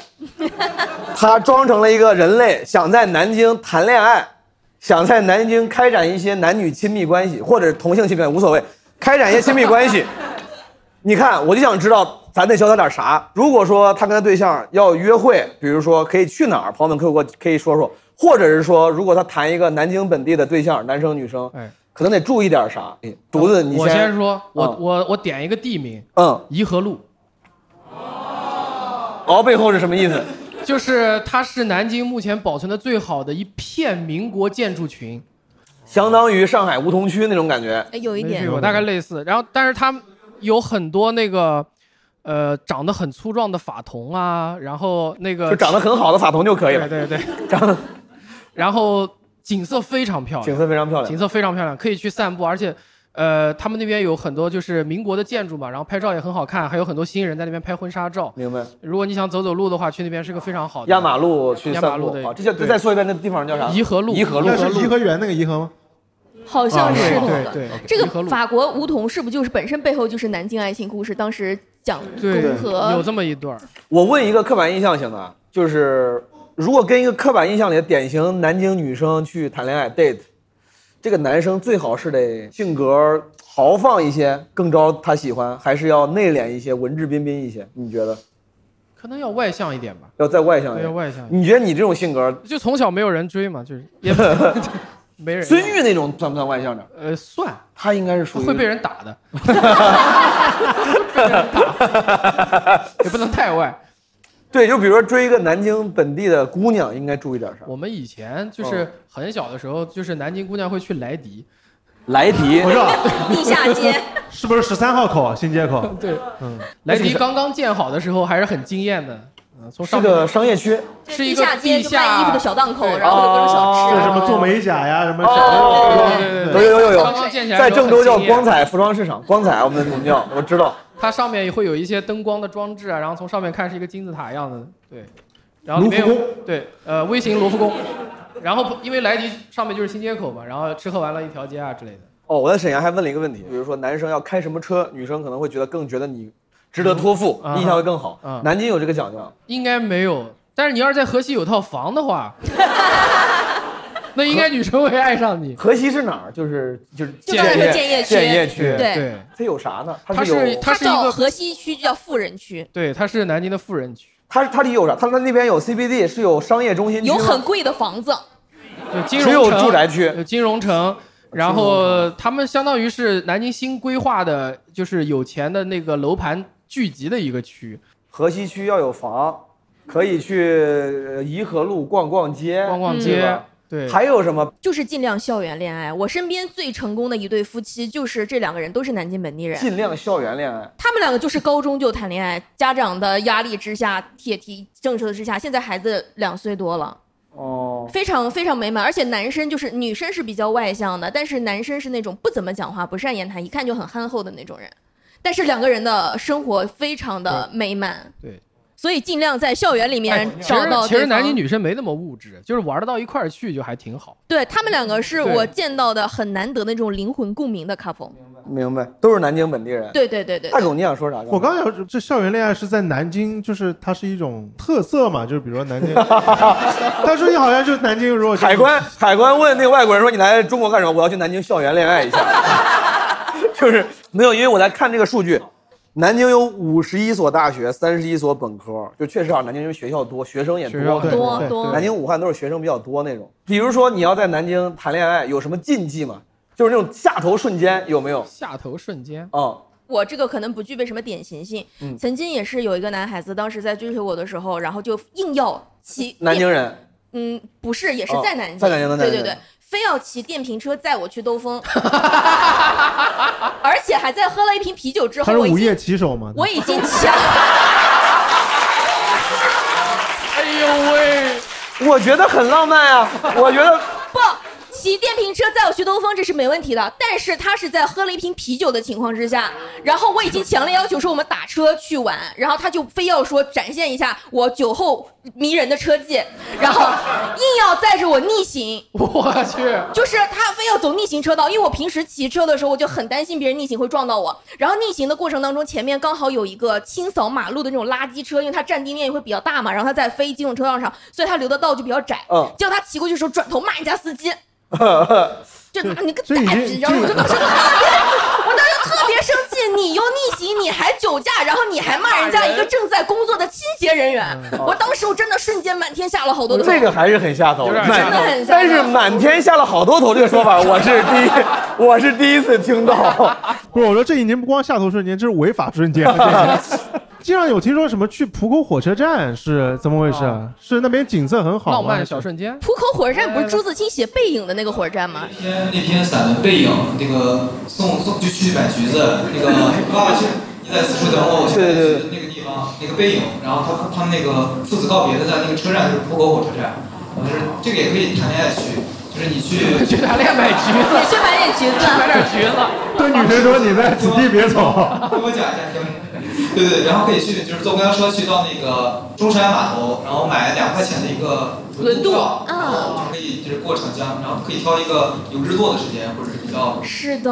S5: 他装成了一个人类，想在南京谈恋爱，想在南京开展一些男女亲密关系，或者是同性亲密关系无所谓，开展一些亲密关系。你看，我就想知道咱得教他点啥。如果说他跟他对象要约会，比如说可以去哪儿，朋友们可以给我可以说说，或者是说，如果他谈一个南京本地的对象，男生女生，
S3: 哎，
S5: 可能得注意点啥。竹子，你
S3: 我
S5: 先
S3: 先说，我、
S5: 嗯
S3: 我我点一个地名，
S5: 嗯，
S3: 颐和路，
S5: 熬背后是什么意思？
S3: 就是它是南京目前保存的最好的一片民国建筑群，
S5: 相当于上海梧桐区那种感觉。
S7: 哎，有一点
S3: 没去过，大概类似。然后，但是他们有很多那个，呃，长得很粗壮的法桐啊，然后那个
S5: 就长得很好的法桐就可以了
S3: 对对对，长
S5: 得，
S3: 然后景色非常漂亮，
S5: 景色非常漂亮
S3: 景色非常漂亮，可以去散步，而且。呃，他们那边有很多就是民国的建筑嘛，然后拍照也很好看，还有很多新人在那边拍婚纱照。
S5: 明白。
S3: 如果你想走走路的话，去那边是个非常好的
S5: 压马路去
S3: 压马
S5: 散
S3: 路
S5: 步，啊
S3: 对
S5: 好，这叫
S3: 对
S5: 再说一遍，那地方叫啥？
S3: 颐和路
S5: 颐和路
S2: 那，是颐和园那个颐和吗？
S7: 好像是
S2: 啊
S7: 那
S2: 对
S7: 个
S2: 对对
S7: 这
S2: 颐和
S7: 个
S2: 路
S7: 法国梧桐是不是就是本身背后就是南京爱情故事？当时讲
S5: 对
S7: 公和
S3: 有这么一段儿。
S5: 我问一个刻板印象型的啊，就是如果跟一个刻板印象里的典型南京女生去谈恋爱 date，这个男生最好是得性格豪放一些，更招他喜欢，还是要内敛一些，文质彬彬一些？你觉得
S3: 可能要外向一点吧，
S5: 要再外向
S3: 要
S5: 一点？
S3: 外向一点。
S5: 你觉得你这种性格，
S3: 就从小没有人追嘛，就是也没人。
S5: 孙玉那种算不算外向点？
S3: 呃，算，
S5: 他应该是属于
S3: 会被人打
S5: 哦
S3: 的，也不能太外。
S5: (laughs) 对，就比如说追一个南京本地的姑娘，应该注意点啥？哦
S3: 我们以前就是很小的时候，就是南京姑娘会去莱迪，
S5: 莱迪
S2: 我知道，
S7: 地下街，
S2: (laughs) 是不是十三号口啊新街口？
S5: 哦
S3: (laughs)
S7: (laughs)
S3: 对，
S2: 嗯，
S3: 莱迪刚刚建好的时候还是很惊艳的。嗯，从上
S5: 是个商业区，
S3: 是
S7: 地
S3: 一个
S7: 下街
S3: 地
S7: 就卖衣服
S3: 下
S7: 的小档口，然后有各种
S2: 就
S7: 小吃。啊
S2: 是什么做美甲呀，什么
S5: 哦
S3: 对对
S5: 有
S3: 对
S5: 有有有
S3: 刚刚建起，来的
S5: 在
S3: 时候
S5: 郑州叫
S3: 很惊艳
S5: 光彩服装市场，光彩我们我们叫，我知道。
S3: 它上面也会有一些灯光的装置啊，然后从上面看是一个金字塔一样的，对。然后里面有
S2: 卢浮宫
S3: 对，呃，微型罗浮宫。然后因为莱迪上面就是新街口嘛，然后吃喝玩乐一条街啊之类的。
S5: 哦，我在沈阳还问了一个问题，比如说男生要开什么车，女生可能会觉得更觉得你值得托付，
S3: 嗯啊
S5: 印象会更好。
S3: 嗯
S5: 南京有这个讲究啊吗，
S3: 应该没有。但是你要是在河西有套房的
S5: (laughs)
S3: 话，那应该女生会爱上你。
S5: 河西是哪儿？就是就是
S7: 就刚才说建业区
S5: 建业区，
S7: 对
S3: 对，
S5: 它有啥呢？
S3: 它
S5: 有
S3: 是它是一
S7: 叫
S3: 个
S7: 河西区叫富人区，
S3: 对，它是南京的富人区。
S5: 它它里有啥？它它那边有 CBD，是有商业中心区
S7: 有
S5: 吗，
S7: 很贵的房子。
S3: 就金
S5: 只
S3: 融
S5: 有
S3: 城
S5: 住宅区，
S3: 金融城，然后他们相当于是南京新规划的，就是有钱的那个楼盘聚集的一个区。
S5: 河西区要有房，可以去呃颐和路逛逛街，逛
S3: 逛街对
S5: 还有什么？
S7: 就是尽量校园恋爱。我身边最成功的一对夫妻，就是这两个人都是南京本地人，
S5: 尽量校园恋爱。
S7: 他们两个就是高中就谈恋爱，家长的压力之下、铁蹄政策之下，现在孩子两岁多了，
S5: 哦，
S7: 非常非常美满。而且男生就是女生是比较外向的，但是男生是那种不怎么讲话、不善言谈，一看就很憨厚的那种人。但是两个人的生活非常的美满，
S3: 对，哎
S7: 所以尽量在校园里面
S3: 其
S7: 找
S3: 实
S7: 到
S3: 其
S7: 对
S3: 实南
S7: 方
S3: 京女生没那么物质，就是玩得到一块儿去就还挺好。 (laughs)
S7: 对他们两个是
S3: 对
S7: 我见到的很难得的那种灵魂共鸣的 couple。
S5: 明白，都是南京本地人。
S7: 对对对对，
S5: 大总，你想说啥？
S2: 我刚想说，这校园恋爱是在南京，就是它是一种特色嘛，就是比如说南京，他说你好像就是南京，如果
S5: 海关海关问那个外国人说：“你来中国干什么？”我要去南京校园恋爱一下。 (laughs) 就是没有，因为我在看这个数据，南京有五十一所大学，三十一所本科，就确实啊，南京因为学校多，学生也
S3: 学校
S5: 多，
S3: 多多对多
S5: 南京、武汉都是学生比较多那种。比如说你要在南京谈恋爱，有什么禁忌吗？就是那种下头瞬间有没有？
S3: 下头瞬间
S5: 哦，
S7: 我这个可能不具备什么典型性。
S5: 嗯
S7: 曾经也是有一个男孩子，当时在追求我的时候，然后就硬要骑
S5: 南京人。
S7: 嗯，不是，也是
S5: 哦
S7: 在南京，
S5: 在南京在南京
S7: 对对对
S5: 对，
S7: 非要骑电瓶车载我去
S5: (laughs)
S7: 兜风，而且还在喝了一瓶啤酒之
S2: 他是
S7: 后，我已
S2: 午夜
S7: 经
S2: 骑手
S7: (laughs)
S2: 嘛，
S7: 我已经抢，
S5: 哎呦喂，我觉得很浪漫啊，我觉得
S7: (laughs) 不。骑电瓶车载我去兜风，这是没问题的。但是他是在喝了一瓶啤酒的情况之下，然后我已经强烈要求说我们打车去玩，然后他就非要说展现一下我酒后迷人的车技，然后硬要载着我逆行。
S3: 我去，
S7: 就是他非要走逆行车道，因为我平时骑车的时候，我就很担心别人逆行会撞到我。然后逆行的过程当中，前面刚好有一个清扫马路的那种垃圾车，因为它占地面也会比较大嘛，然后它在非机动车道上，所以它留的道就比较窄。
S5: 嗯
S7: 结果他骑过去的时候，转头骂人家司机，就
S2: 这
S7: 啊你个
S2: 这已
S7: 崽子，
S2: 经
S7: 然后我就
S2: 这
S7: 当时
S3: (laughs)
S7: 特别，我当时特别生气，你又逆行，你还酒驾，然后你还骂人嗯家一个正在工作的清洁人员，我当时我真的瞬间满天下了好多的。
S5: 这个还是很下头的，
S7: 点下头真的很下头
S5: 但是满天下了好多头这个说法，我是第一，我是第一次听到。
S2: 不是，我说这已经不光下头瞬间，这是违法瞬间。经常有听说什么去浦口火车站是怎么回事？啊是那边景色很好吗，
S3: 浪漫小瞬间。
S7: 浦口火车站不是朱自清写《背影》的那个火车站吗？
S9: 那篇散文《背影》，那个送送就去买橘子，那个爸爸去，你在此处等我，我去买橘子那个地方，那个背影。然后他他们那个父子告别的在那个车站就是浦口火车站，就是这个也可以谈恋爱去，就是你去
S3: (laughs) 去谈恋爱买橘子
S7: 你去买点橘
S8: 啊
S7: 子，
S3: 买点橘子。
S2: 对女生说你在此地别走。
S9: 跟我讲一下，对对，然后可以去就是坐公交车去到那个中山码头，然后买两块钱的一个轮渡票，然
S3: 嗯
S9: 后就可以就是过长江，然后可以挑一个有日落的时间，或者是比较
S7: 是的，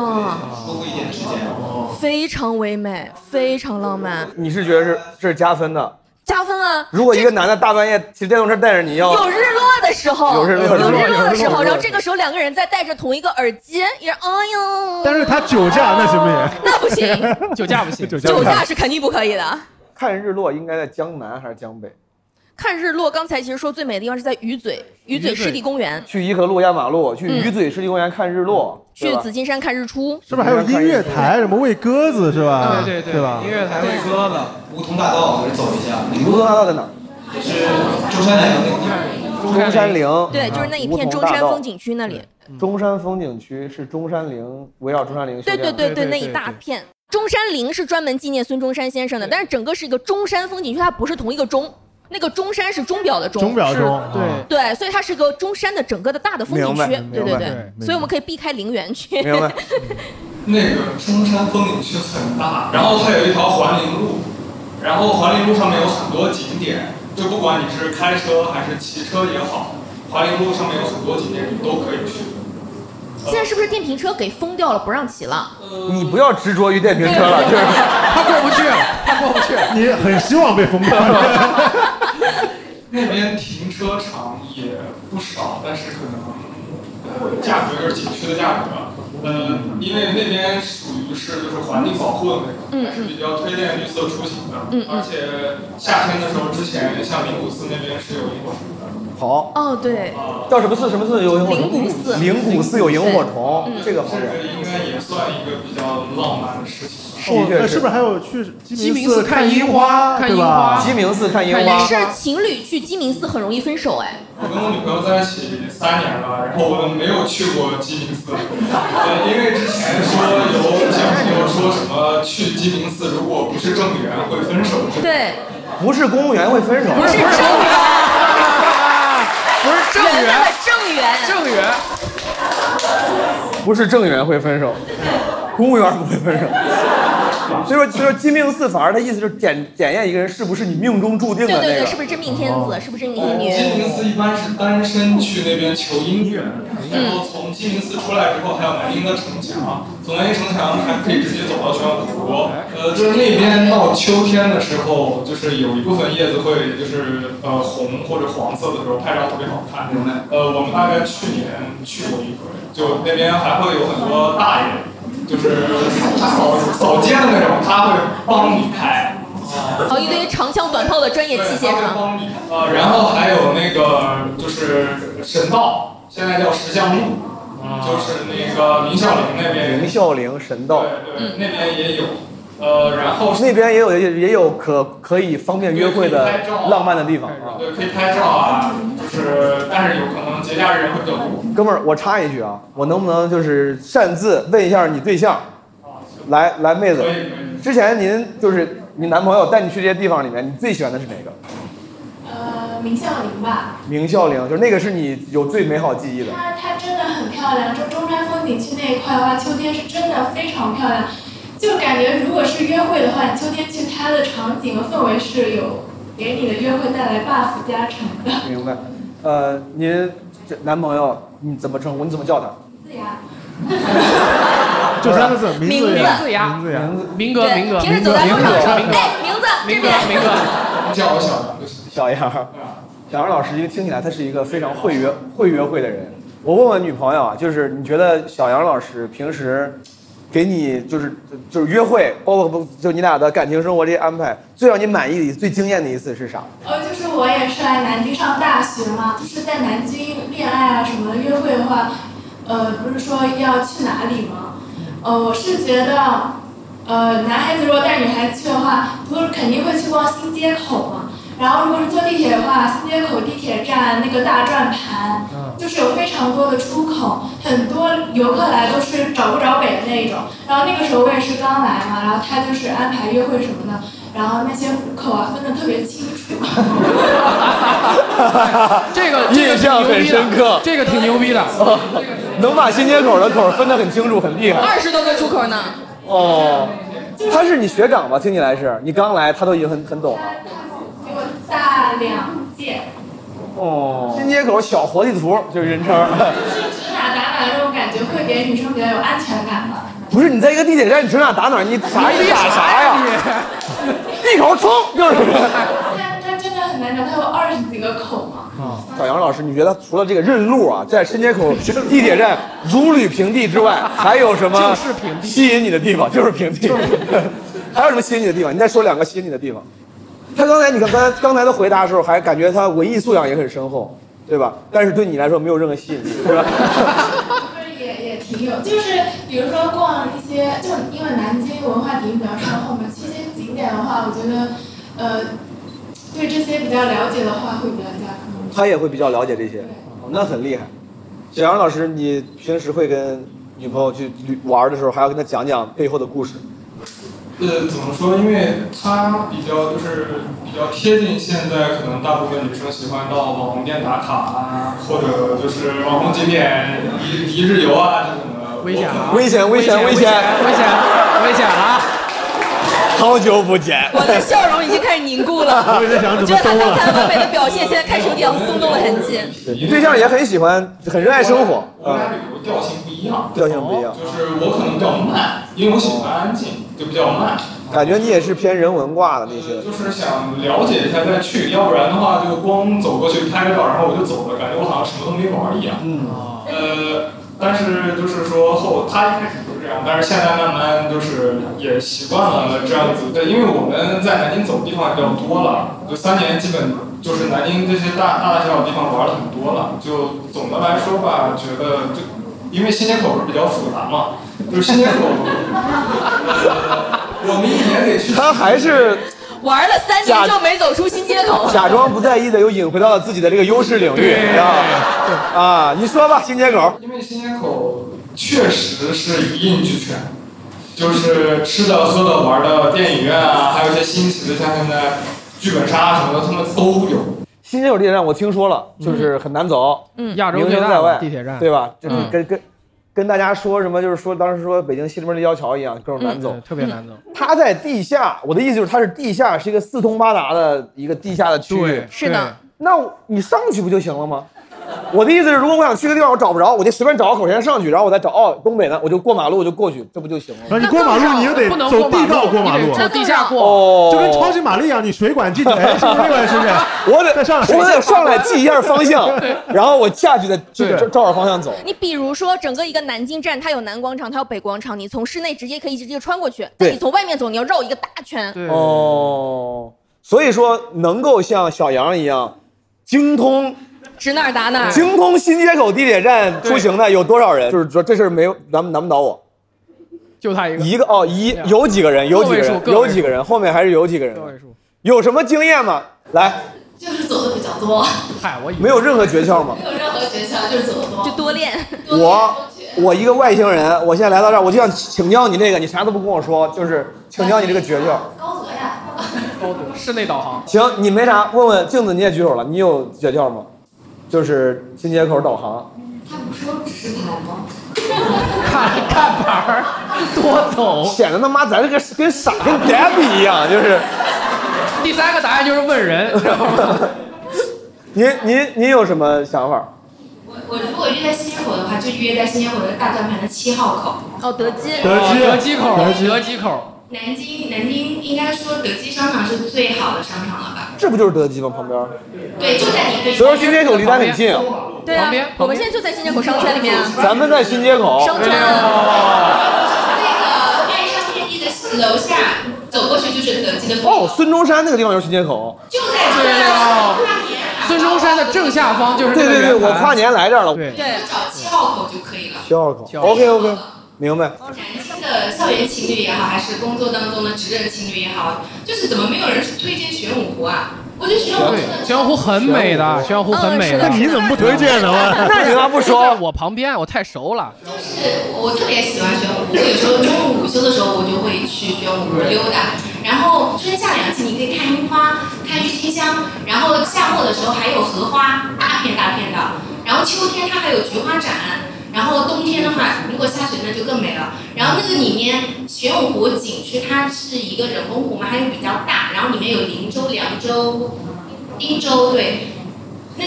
S9: 舒服一点的时间。哦
S7: 非常唯美，非常浪漫，
S5: 你是觉得是这是加分的？
S7: 加分啊！
S5: 如果一个男的大半夜骑电动车带着你要
S7: 有日落的时候，
S5: 有日落
S7: 有日落的时
S5: 有日落
S7: 候，然后这个时候两个人再戴着同一个耳机，也是哎呦，
S2: 但是他酒驾那行不行？
S7: (laughs) 那不
S3: (laughs)
S7: 行，
S3: 酒驾不行，酒
S7: 酒驾是肯定不可以的。
S5: 看日落应该在江南还是江北？
S7: 看日落，刚才其实说最美的地方是在鱼嘴，鱼嘴湿地公园，
S5: 去颐和路压马路，去
S7: 嗯
S5: 鱼嘴湿地公园看日落，对
S7: 去
S5: 吧
S7: 紫金山看日出，
S2: 是不是还有音乐台什么喂鸽子是吧？
S9: 对对对
S2: 对吧？
S3: 乐台
S9: 会歌呢，梧桐大道，我们走一下。
S5: 梧桐大道在
S2: (laughs)
S5: 哪？
S9: 是中山陵那个地方。
S5: 中山陵，
S7: 对，就是那一片中山风景区那里，
S5: 嗯。中山风景区是中山陵，围绕中山陵修
S7: 对
S5: 建的。
S7: 对对对，那一大片。中山陵是专门纪念孙中山先生的，但是整个是一个中山风景区，它不是同一个钟。那个中山是钟表的钟，
S2: 钟表中
S7: 是对，所以它是个中山的整个的大的风景
S9: 明
S7: 区
S9: 白，
S7: 对
S9: 明
S7: 对
S9: 白
S7: 对，
S9: 对
S7: 所以我们可以避开陵园区。
S9: 明白那个中山风景区很大，然后它有一条环陵路，然后环陵路上面有很多景点，就不管你是开车还是骑车也好，环陵路上面有很多景点你都可以去。
S7: (laughs) 现在是不是电瓶车给封掉了，不让骑了？
S5: 你不要执着于电瓶车了，就是
S4: 他过不去，他过不去。
S2: 你很希望被封掉，
S9: 那边停车场也不少，但是可能呃价格就是景区的价格。呃，因为那边属于是就是环境保护的那
S7: 嗯
S9: 个，还是比较推荐绿色出行的。
S7: 嗯嗯
S9: 而且夏天的时候，之前像灵谷寺那边是有萤火虫的。
S5: 好，
S7: 哦，对，
S5: 叫什么寺？什么寺有萤火虫？
S7: 灵谷寺
S5: 灵谷寺有萤火虫
S7: 嗯，
S5: 这个好
S9: 这。个应该也算一个比较浪漫的事情。
S5: 的确
S2: 哦是不是还有去鸡鸣
S5: 寺
S2: 看
S5: 樱
S2: 花，
S5: 看
S2: 对
S5: 樱花
S2: 吧？
S5: 鸡鸣寺看樱
S7: 但是情侣去鸡鸣寺很容易分手哎。
S9: 我跟我女朋友在一起三年了，然后我没有去过鸡鸣寺，呃，因为之前说有讲友说什么去鸡鸣寺如果不是正缘会分手，
S7: 对，
S5: 不是公务员会分手，
S9: 不是
S7: 正
S4: 不是正
S7: 缘
S4: 缘，
S7: 正缘，
S4: 正缘。
S5: 不是正缘会分手，公务员不会分手。所以说，所以说金命四反而他意思就是检检验一个人是不是你命中注定
S7: 对
S5: 的那
S7: 对
S5: 个
S7: 对，是。不是真命天子？是不是真命天
S9: 哦鸡鸣
S7: 女？
S9: 寺一般是单身去那边求姻缘，然后从鸡鸣寺出来之后还有南京的城墙，从南京城墙还可以直接走到玄武湖。呃，就是那边到秋天的时候，就是有一部分叶子会就是呃红或者黄色的时候拍照特别好看。呃，我们大概去年去过一回，就那边还会有很多大爷，就是扫扫街的那种，他会帮你拍。
S7: 好一堆长枪短炮的专业器械是吗？
S9: 呃，然后还有那个就是神道，现在叫石像路，就是那个明孝陵那边，
S5: 明孝陵神道，
S9: 对，那边也有。呃，然后
S5: 那边也有也也有可可以方便约会的浪漫的地方。
S9: 对可以拍照啊，就是但是有可能节假日人会比较多。
S5: 哥们儿，我插一句啊，我能不能就是擅自问一下你对象？来来，妹子，之前您就是你男朋友带你去这些地方里面，你最喜欢的是哪个？
S16: 呃，明孝陵吧，
S5: 明孝陵，就是那个是你有最美好记忆的。
S16: 它它真的很漂亮。就中山风景区那一块的话，秋天是真的非常漂亮。就感觉如果是约会的话，秋天去它的场景和氛围是有给你的约会带来 buff 加成的。 (laughs)
S5: 明白。呃，您这男朋友你怎么称呼？你怎么叫他？
S16: 对呀。
S5: 就三个字，
S4: 名字名字呀名字
S5: 呀，
S4: 明哥，明哥，
S7: 平时走在路上说，
S5: 明哥
S7: 哎，名字这
S4: 明哥，明
S9: (laughs)
S7: 边。
S9: 哥，叫我小杨就行。啊
S5: 小杨儿，小杨老师，因为听起来他是一个非常会约会约会的人。我问问女朋友啊，就是你觉得小杨老师平时给你就是就是约会，包括不就你俩的感情生活这些安排，最让你满意的一次、最惊艳的一次是啥？
S16: 呃，就是我也是来南京上大学嘛，就是在南京恋爱啊什么的约会的话，呃，不是说要去哪里吗？呃，我是觉得，呃，男孩子如果带女孩子去的话，不是肯定会去逛新街口嘛。然后如果是坐地铁的话，新街口地铁站那个大转盘，就是有非常多的出口，很多游客来都是找不着北的那一种。然后那个时候我也是刚来嘛，然后他就是安排约会什么的，然后那些口啊分的特别清楚。
S4: (laughs) 这个这个挺
S5: 印象很深刻
S4: 这个挺牛逼的，
S5: (laughs) 能把新街口的口分得很清楚，很厉害。
S7: 二十多个出口呢，
S5: 哦，他是你学长吧？听起来是你刚来，他都已经很很懂了。
S16: 比我大两届，
S5: 哦，新街口小活地图就是人 (laughs) 称。
S16: 指哪打哪这种感觉会给女生比较有安全感吧。
S5: 不是你在一个地铁站，你指哪打哪儿，你啥
S16: 你
S5: 意打啥呀？地口冲就是。
S16: 它它真的很难找，它有二十几个口嘛。
S5: 小杨老师，你觉得除了这个认路啊，在新街口地铁站如履平地之 (laughs) 外，还有什么
S16: 就是平地
S5: 吸引你的地方？就是平地。还有什么吸引你的地方？你再说两个吸引你的地方。他刚才，你看刚才刚才的回答的时候，还感觉他文艺素养也很深厚，对吧？但是对你来说没有任何吸引力，对吧？
S16: 就是也也挺有，就是比如说逛一些，就因为南京文化底蕴比较深厚嘛，去一些景点的话，我觉得，呃，对这些比较了解的话会比较加分。
S5: 他也会比较了解这些，哦那很厉害。小杨老师，你平时会跟女朋友去旅玩的时候，还要跟她讲讲背后的故事。
S9: 呃，怎么说？因为它比较就是比较贴近现在可能大部分女生喜欢到网红店打卡啊，或者就是网红景点一一日游啊这种的。危险
S5: 危险危险危
S4: 危
S5: 险
S4: 险危险了啊！
S5: 好久不见。
S7: 我的笑容已经开始凝固了。
S5: 我也在想
S7: 我
S5: 怎
S7: 觉
S5: 么
S7: 得他
S5: 收
S7: 刚才
S5: 了
S7: 完美的表现，现在开始有点松动的痕迹。
S5: 你对象也很喜欢，很热爱生活，
S11: 我俩旅游调性不一样，
S5: 调性不一样。
S11: 就是我可能比较慢，因为我喜欢安静，就比较慢。
S5: 感觉你也是偏人文挂的那些。
S11: 就是想了解一下再去，要不然的话就光走过去拍个照，然后我就走了，感觉我好像什么都没玩一样。
S5: 嗯。
S11: 呃，但是就是说后他一开始不是这样，但是现在慢慢就是也习惯了这样子。对，因为我们在南京走的地方比较多了，就三年基本就是南京这些大大大小小地方玩了很多了。就总的来说吧，觉得就因为新街口是比较复杂嘛，就是新街口，我们一年得去。
S5: 他还是
S7: 玩了三
S5: 假
S7: 年就没走出新街口，
S5: 假装不在意的，又引回到了自己的这个优势领域
S11: 对
S5: 啊啊！你说吧，新街口。
S11: 因为新街口确实是一应俱全，就是吃的、喝的、玩的，电影院啊，还有一些新奇的，像现在剧本杀什么的，他们都有。
S5: 新街口地铁站我听说了，就是很难走，
S3: 嗯亚洲
S5: 名
S3: 最
S5: 声
S3: 大
S5: 在
S3: 的
S5: 外
S3: 地铁站
S5: 对吧？就是
S3: 嗯
S5: 跟跟跟大家说什么，就是说当时说北京西直门立交桥一样，各种难走
S3: 嗯，特别难走。
S5: 它在地下，我的意思就是它是地下，是一个四通八达的一个地下的区域
S3: 对。是的对。
S5: 那你上去不就行了吗？我的意思是，如果我想去个地方，我找不着，我就随便找个口先上去，然后我再找哦，东北呢，我就过马路，我就过去，这不就行了吗？
S2: 然后啊你过马路，你又得走地道过马路，啊
S5: 哦，
S2: 就跟超级玛丽一样，你水管进去，哎，是不是这管是不是？
S5: (laughs) 我得
S2: 再上来
S5: 我得上来记一下方向
S2: 对，
S5: 然后我下去再就
S2: 对
S5: 照照着方向走。
S7: 你比如说，整个一个南京站，它有南广场，它有北广场，你从室内直接可以直接穿过去，但
S5: 对
S7: 你从外面走，你要绕一个大圈。
S5: 哦，所以说能够像小杨一样，精通
S7: 指哪儿打哪儿。
S5: 精通新街口地铁站出行的有多少人？就是说这事儿没有难不难不倒我，
S3: 就他一个。
S5: 一个哦一有几个人，有几个人，有几个人，后面还是有几个人。有什么经验吗？来，
S13: 就是走的比较多，
S3: 嗨，我
S5: 没有任何诀窍吗
S13: 没？有任何诀窍，就是走的多。
S7: 就多练。
S5: 我我一个外星人，我现在来到这儿，我就想请教你这个，你啥都不跟我说，就是请教你这个诀窍。
S3: 高德室内导航，
S5: 行，你没啥，问问镜子，你也举手了，你有诀窍吗？就是新街口导航。
S13: 他不是有指示牌吗？
S3: 看看牌儿，多走，
S5: 显得他妈咱这个跟傻跟 Debbie 一样，就是
S3: 第三个答案就是问人，知道吗？
S5: 您您您有什么想法？
S13: 我如果约在新街口的话，就约在新街口的大转盘的七号口。
S7: 哦，德基
S3: 德基口，德基口，
S13: 南京，南京应该说德基商场是最好的商场了吧？
S5: 这不就是德基吗？旁边。
S13: 对，就在你对面。
S5: 所以说新街口离咱很近。
S7: 对啊，我们现在就在新街口商圈里面啊。
S5: 咱们在新街口。
S7: 商圈啊。
S13: 那个爱上便利的楼下走过去就是德基的
S5: 哦，孙中山那个地方就是新街口。
S13: 就在这儿。
S3: 孙中山的正下方就是
S5: 对对对，我跨年来这儿了。
S3: 对
S13: 对，找七号口就可以了。
S5: 七号口。OK OK，明白。
S13: 南京的校园情侣也好，还是工作当中的职任情侣也好，就是怎么没有人去推荐玄武湖啊？我觉得玄武湖真的
S3: 对，玄湖很美的，玄湖很美的。
S2: 那你怎么不推
S3: (laughs)
S2: 荐呢？我
S3: 那你
S5: 咋不
S3: 说？我旁边，我太熟了。
S13: 我特别喜欢玄武湖，有时候中午午休的时候我就会去玄武湖溜达。然后春夏两季你可以看樱花、看郁金香，然后夏末的时候还有荷花，大片大片的。然后秋天它还有菊花展，然后冬天的话，如果下雪那就更美了。然后那个里面玄武湖景区它是一个人工湖嘛，它又比较大，然后里面有林州、凉州、汀州，对，那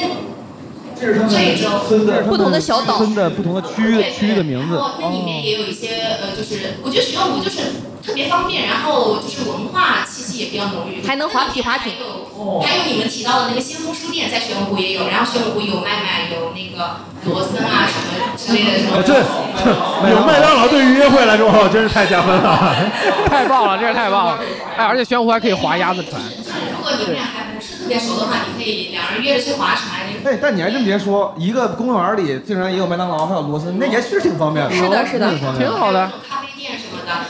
S4: 这是他
S13: 贵州
S4: 们分的
S13: 不同的小哦岛
S4: 分的不同的区域的区域的名哦字。
S13: 那里面也有一些呃，就是我觉得玄武就是特别方便，然后就是文化气息也比较浓郁，还能滑皮划艇。还有你们提到的那个先锋书店在玄武湖也有，然后玄武湖有麦麦，有那个罗森啊什么之类的什么。
S2: 这这 (laughs) 有麦当劳对于约会来说，哦真是太加分了。
S5: (laughs)
S3: 太棒了，真是太棒了！哎，而且玄湖还可以划鸭子船。
S13: 如果你们俩还不是特别熟的话，你可以两人约着去划船。
S4: 哎，但你还真别说，一个公园里竟然也有麦当劳，还有罗森，那也是挺方便的。哦
S13: 是的是的
S4: 挺方便
S13: 挺好
S3: 的。
S13: 咖啡店什么的，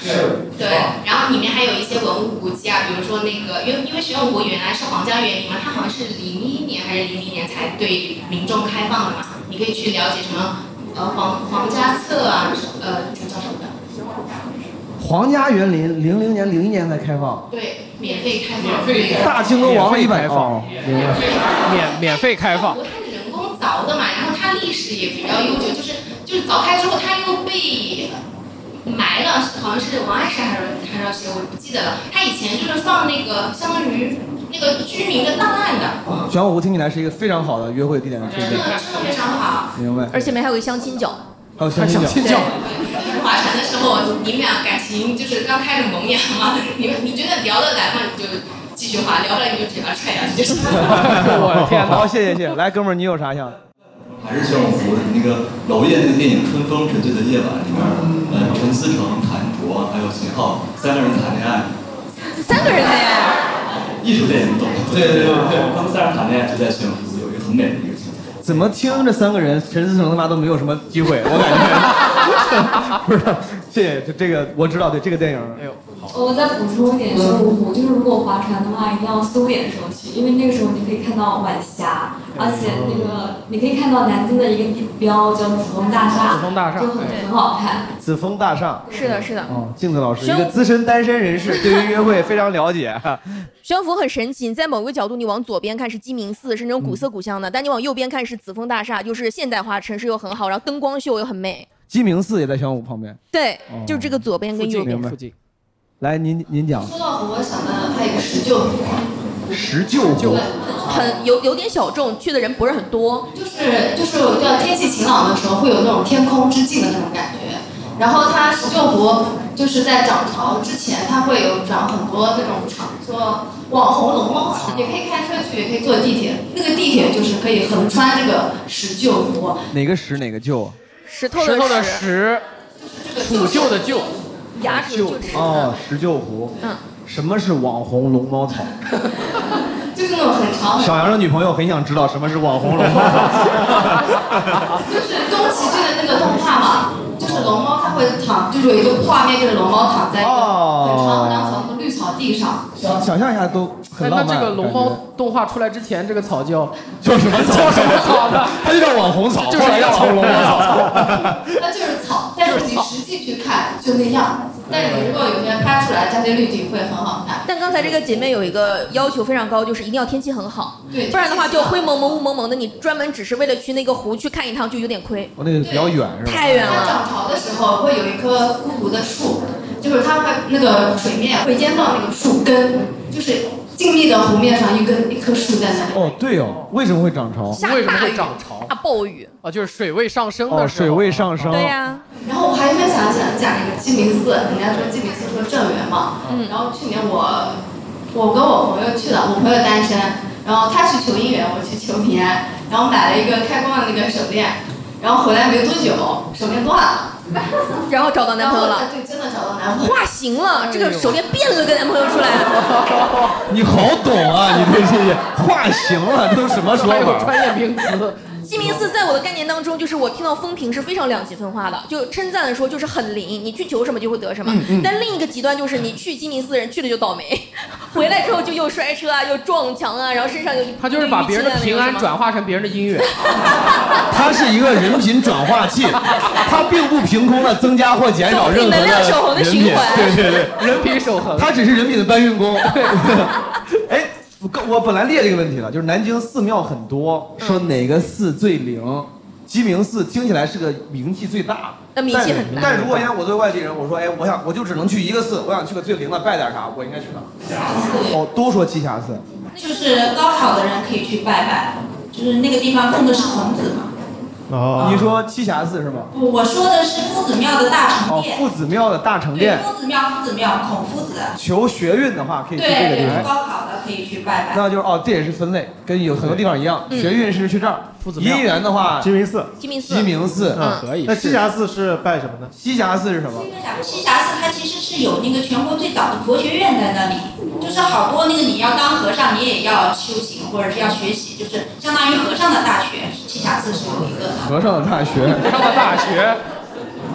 S13: 对，然后里面还有一些文物古迹啊，比如说那个，因为因为玄武湖原来是皇家园林嘛，它好像是零一年还是零零年才对民众开放的嘛，你可以去了解什么呃皇皇家册啊，呃叫什么的，
S4: 皇家园林零零年、零一年才开放，
S13: 对，免费开放，
S4: 费开放大清宫王了一百哦明白
S3: 免免费开放。
S13: 人工凿的嘛，然后它历史也比较悠久，就是就是凿开之后，它又被
S16: 埋了，好像是王安石还是还是谁，我不记得了。他以前就是放那个相当于那个居民的档案的，
S5: 玄武湖听起来是一个非常好的约会地点的推
S16: 真
S5: 荐
S16: 的，真的非常好。
S5: 明白？
S7: 而且面还有个相亲角，
S5: 还有相亲角，
S16: 就是划船的时候，你们俩感情就是刚开始萌芽嘛，你们你觉得聊得来吗？你就继续划，聊不来你就直接把它踹下去就行了。
S5: 我天！好，谢谢谢谢，来哥们儿，你有啥想？
S4: 还是玄武湖那个娄烨那个电影《春风沉醉的夜晚》里面，呃，陈思诚、谭卓还有秦昊三个人谈恋爱，
S7: 三个人谈恋爱，
S4: 艺术电影懂？对对对对，他们三人谈恋爱就在玄武湖，有一个很美的一个情景。
S5: 怎么听这三个人，陈思诚他妈都没有什么机 (laughs) 会，我感觉。不是，谢谢这这个我知道，对这个电影，哎呦，
S13: 我再补充一点玄武湖，就是如果划船的话，一定要苏联时候去，因为那个时候你可以看到晚霞，而且那个你可以看到南京的一个地标叫紫峰大厦，
S5: 紫峰大厦
S13: 就很很好看。
S5: 紫峰大厦。
S7: 是的，是的。
S5: 哦，镜子老师，一
S7: 玄武
S5: 个资深单身人士，对于约会非常了解。
S7: 玄武湖很神奇，你在某个角度，你往左边看是鸡鸣寺，是那种古色古香的；但你往右边看是紫峰大厦，就是现代化，城市又很好，然后灯光秀又很美。
S5: (laughs) 鸡鸣寺也在玄武旁边。
S7: 对
S5: 哦，
S7: 就是这个左边跟右边。
S5: 明白来，您您讲。
S13: 说到湖，我想到还有一个石臼湖，
S5: 石臼湖。
S7: 很有有点小众，去的人不是很多。
S13: 就是就是我叫天气晴朗的时候，会有那种天空之境的那种感觉。然后它石臼湖就是在涨潮之前，它会有长很多那种场，说网红龙猫
S16: 啊
S13: 草，也可以开车去，也可以坐地铁。那个地铁就是可以横穿这个石臼湖，
S5: 哪个石哪个臼？啊
S7: 石
S13: 头
S3: 石头的
S13: 石
S3: 石，土臼的臼，
S7: 牙齿就
S5: 哦，石臼湖。
S7: 嗯。
S5: 什么是网红龙猫草？
S13: 就是那种很长很
S5: 小杨的女朋友很想知道什么是网红 (laughs) 龙猫草。
S13: 就是宫崎骏的那个动画嘛，就是龙猫它会躺，就是有一个画面，就是龙猫躺在一个很长很长很长的绿草地上。
S5: 想想象一下都
S3: 哎
S5: 很
S3: 那
S5: 浪漫。
S3: 这个龙猫
S5: 感觉
S3: 动画出来之前，这个草叫
S5: 叫什么草？
S3: 叫什么草呢？
S5: 它就叫网红草，
S3: (laughs) 就是啊
S5: 后来叫网红龙猫草。
S13: 那就是草，但是你实际去看就那样。但是如果有些人拍出来加些滤镜会很好看。
S7: 但刚才这个姐妹有一个要求非常高，就是一定要天气很好，
S13: 对
S7: 不然的话就灰蒙蒙雾蒙蒙的，你专门只是为了去那个湖去看一趟就有点亏。
S5: 哦我那个比较远
S3: 嗯
S5: 是吧？
S7: 太远了
S13: 它涨潮的时候会有一棵孤独的树，就是它会那个水面会淹到那个树根，就是静谧的湖面上一根一棵树在那里。
S5: 哦，对哦，为什么会涨潮？
S3: 为什么会涨潮？
S7: 大暴雨
S3: 啊，就是水位上升
S5: 哦，
S3: 的时
S5: 水
S3: 候。
S5: 位上升。
S13: 然后我还分享想讲一个鸡鸣寺，人家说鸡鸣寺说正缘嘛，
S7: 嗯
S13: 然后去年我我跟我朋友去的，我朋友单身，然后他去求姻缘，我去求平安，然后买了一个开光的那个手链，然后回来没多久手链断了，
S7: 然后找到男朋友了
S13: 然后对，真的找到男朋友，哎
S7: 化形了，这个手链变了个男朋友出来
S13: (laughs)
S7: 了。
S5: 你好懂啊，你对这些化形了，这都什么说
S3: 还有
S5: 法？
S3: 专业名词。
S7: 鸡鸣寺在我的概念当中，就是我听到风评是非常两极分化的，就称赞的说就是很灵，你去求什么就会得什么。
S5: 嗯嗯
S7: 但另一个极端就是你去鸡鸣寺的人去了就倒霉， (laughs) 回来之后就又摔车啊，又撞墙啊，然后身上又一
S3: 他就是把别人的平安转化成别人的姻缘。
S5: 它是一个人品转化
S7: (laughs)
S5: 器，它并不凭空的增加或减少任何
S7: 能量守恒的
S5: 人品
S7: 循环
S5: 对对对，
S3: 人品守恒
S5: 它只是人品的搬运工。 (laughs) 哎，我刚我本来列这个问题了，就是南京寺庙很多，
S7: 嗯
S5: 说哪个寺最灵？鸡鸣寺听起来是个名气最大的，
S7: 那名气很大
S5: 但如果现在我作为外地人，我说，哎，我想我就只能去一个寺，我想去个最灵的，拜点啥，我应该去哪？哦，都说栖霞寺。
S14: 就是高考的人可以去拜拜，就是那个地方供的是孔子嘛。
S5: 哦，你说栖霞寺是吗？
S14: 不我说的是夫子庙的大成
S5: 哦，
S14: 殿。
S5: 夫子庙的大成
S14: 对，
S5: 殿。
S14: 夫子庙，夫子庙，孔夫子。
S5: 求学运的话，可以去这个
S14: 对，
S5: 地
S14: 有
S5: 方。
S14: 高考的可以去拜拜。
S5: 那就是哦，这也是分类，跟有很多地方一样。
S14: 嗯
S5: 学运是去这儿，姻缘的话，
S2: 鸡鸣寺，
S7: 鸡鸣
S5: 鸡鸣寺
S2: 嗯可以那栖霞
S5: 寺是拜什么呢？栖霞寺是什么？
S14: 栖霞寺它其实是有那个全国最早的佛学院在那里，就是好多那个你要当和尚，你也要修行或者是要学习，就是相当于和尚的大学。栖霞寺是有一个的。
S5: 和尚的大 (laughs) 学，
S3: 和尚的大学，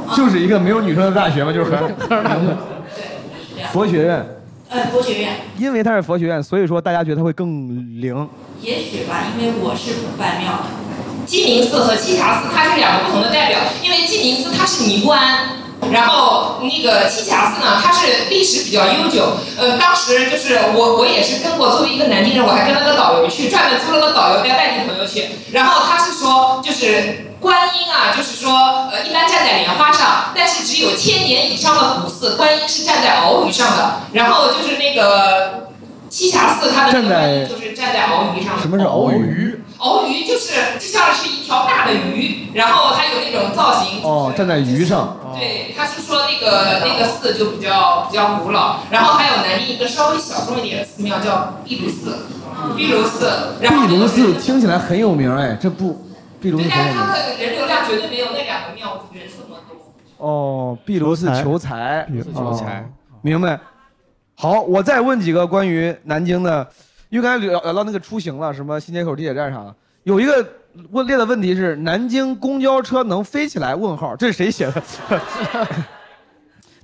S8: 哦
S5: 就是一个没有女生的大学嘛， (laughs) 就是和尚大学，佛学院。
S14: 呃，佛学院
S5: 因为它是佛学院，所以说大家觉得它会更灵。
S14: 也许吧，因为我是不拜庙的。
S8: 鸡鸣寺和栖霞寺它是两个不同的代表，因为鸡鸣寺它是尼姑庵，然后那个栖霞寺呢，它是历史比较悠久。呃，当时就是我我也是跟过，作为一个南京人，我还跟了个导游去，专门租了个导游带外地朋友去。然后他是说，就是观音啊，就是说呃寺一般站在莲花上，但是只有千年以上的古寺，观音是站在鳌鱼上的。然后就是那个栖霞寺，它的那
S5: 站
S8: 个
S5: 在
S8: 就是站在鳌
S3: 嗯
S8: 鱼上的。
S5: 什么是鳌鱼？
S8: 鳌鱼就是就像是一条大的鱼，然后它有那种造型。
S5: 哦，站在鱼上。
S8: 对，他是说那个那个寺就比较比较古老，然后还有南京一个稍微小众一点的寺庙叫壁炉寺，壁炉寺，然后
S5: 壁炉
S8: (laughs)
S5: 寺听起来很有名哎，这不，壁炉
S8: 对
S5: 寺，
S8: 但
S5: 很
S8: 是
S5: 有
S8: 它
S5: 名。
S8: 的人流量绝对没有那两个庙人数那么多。
S5: 哦，壁炉寺求财，
S2: 壁炉寺求财
S5: 哦，明白。好，我再问几个关于南京的，因为刚才聊聊到那个出行了，什么新街口地铁站啥的，有一个问列的问题是南京公交车能飞起来？问号，这是谁写的？ (laughs)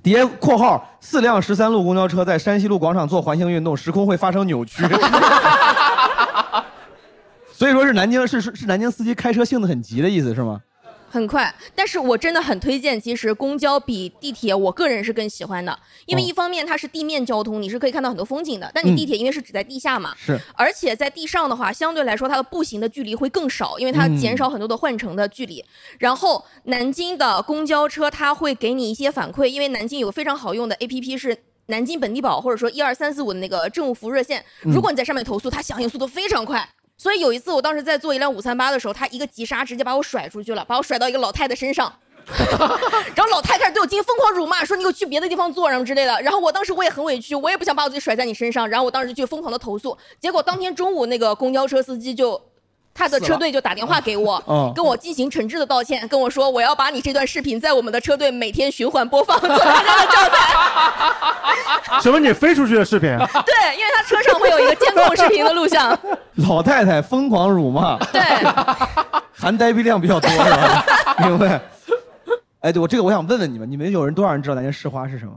S5: 底下括号四辆十三路公交车在山西路广场做环形运动，时空会发生扭曲。 (laughs) 所以说是南京是是是南京司机开车性子很急的意思是吗？
S7: 很快，但是我真的很推荐，其实公交比地铁，我个人是更喜欢的，因为
S5: 哦
S7: 一方面它是地面交通，你是可以看到很多风景的，但你
S5: 嗯
S7: 地铁因为是只在地下嘛，
S5: 是
S7: 而且在地上的话，相对来说它的步行的距离会更少，因为它
S5: 嗯
S7: 减少很多的换乘的距离。然后南京的公交车它会给你一些反馈，因为南京有个非常好用的 APP 是。南京本地宝或者说一二三四五的那个政务服务热线，
S13: 嗯
S7: 如果你在上面投诉，它响应速度非常快。所以有一次我当时在坐一辆五三八的时候，它一个急刹直接把我甩出去了，把我甩到一个老太太身上。然后老太开始对我进行疯狂辱骂，说你给我去别的地方坐什么之类的。然后我当时我也很委屈，我也不想把我自己甩在你身上。然后我当时就去疯狂的投诉，结果当天中午那个公交车司机就。他的车队就打电话给我
S13: 嗯，
S7: 跟我进行诚挚的道歉，跟我说我要把你这段视频在我们的车队每天循环
S3: (laughs)
S7: 播放，做大家的教材。
S2: 什么？你飞出去的视频？
S7: 对，因为他车上会有一个监控视频的录像。
S5: 老太太疯狂辱骂，对， (laughs) 含呆逼量比较多，是吧？ (laughs) 明白？哎，对我这个我想问问你们，你们有人多少人知道南京市花是什么？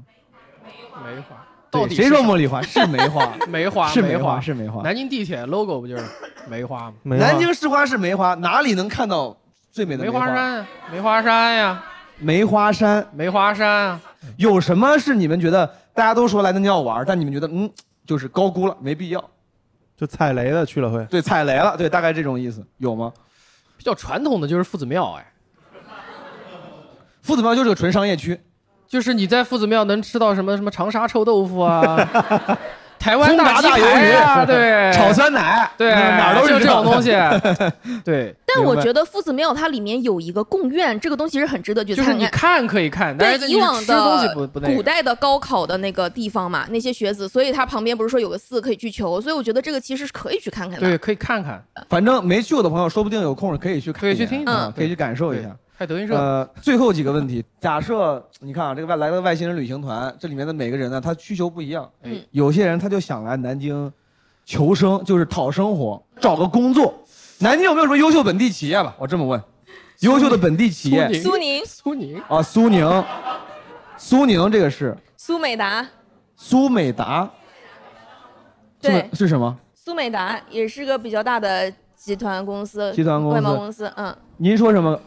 S3: 梅花，
S5: 对
S3: 到底
S5: 谁
S3: 是
S5: 说
S3: 啥
S5: 茉莉花是梅
S3: (laughs)
S5: 花
S3: 梅花
S5: 是梅
S3: 梅
S5: 花是梅花
S3: 南京地铁 logo 不就是梅花吗？
S5: 南京市花是梅花，哪里能看到最美的
S3: 梅
S5: 梅
S3: 花？
S5: 花
S3: 山啊，梅花山呀，
S5: 梅花山，
S3: 梅花山啊，
S5: 有什么是你们觉得大家都说来南京要玩，但你们觉得嗯，就是高估了，没必要？
S2: 就踩雷的去了会。
S5: 对，踩雷了，对，大概这种意思，有吗？
S3: 比较传统的就是夫子庙，哎，
S5: 夫子庙就是个纯商业区，
S3: 就是你在夫子庙能吃到什么什么长沙臭豆腐
S5: (laughs)
S3: 啊，台湾
S5: 大
S3: 鸡排啊，对，
S5: 炒酸奶，嗯
S3: 对，
S5: 哪儿都是。
S3: 就这种东西
S5: (laughs)
S3: 对，
S7: 但我觉
S3: 得
S7: 得夫子庙它里面有一个贡院，这个东西是很值得去
S3: 就是
S7: 参
S3: 你
S7: 看。
S3: 看可以看，但是
S7: 对以往
S3: 你吃东西不
S7: 的
S3: 不那个
S7: 古代的高考的那个地方嘛，那些学子，所以它旁边不是说有个寺可以去求，所以我觉得这个其实是可以去看看的。
S3: 对，可以看看，
S5: 反正没去过的朋友，说不定有空可以去看一眼，
S3: 可以去听一听
S5: 嗯可以去感受一下。
S3: 还有德云社。
S5: 呃，最后几个问题，假设你看啊，这个外来的外星人旅行团，这里面的每个人呢，他需求不一样。
S3: 嗯
S5: 有些人他就想来南京求生，就是讨生活，找个工作。南京有没有什么优秀本地企业吧？我这么问，优秀的本地企业，
S7: 苏宁、
S3: 苏宁、
S5: 啊，苏宁，苏宁这个是
S7: 苏美达，
S5: 苏美达，苏美
S7: 对，
S5: 是什么？
S7: 苏美达也是个比较大的集团公司，
S5: 集团公司
S7: 外贸公司，嗯，
S5: 您说什么？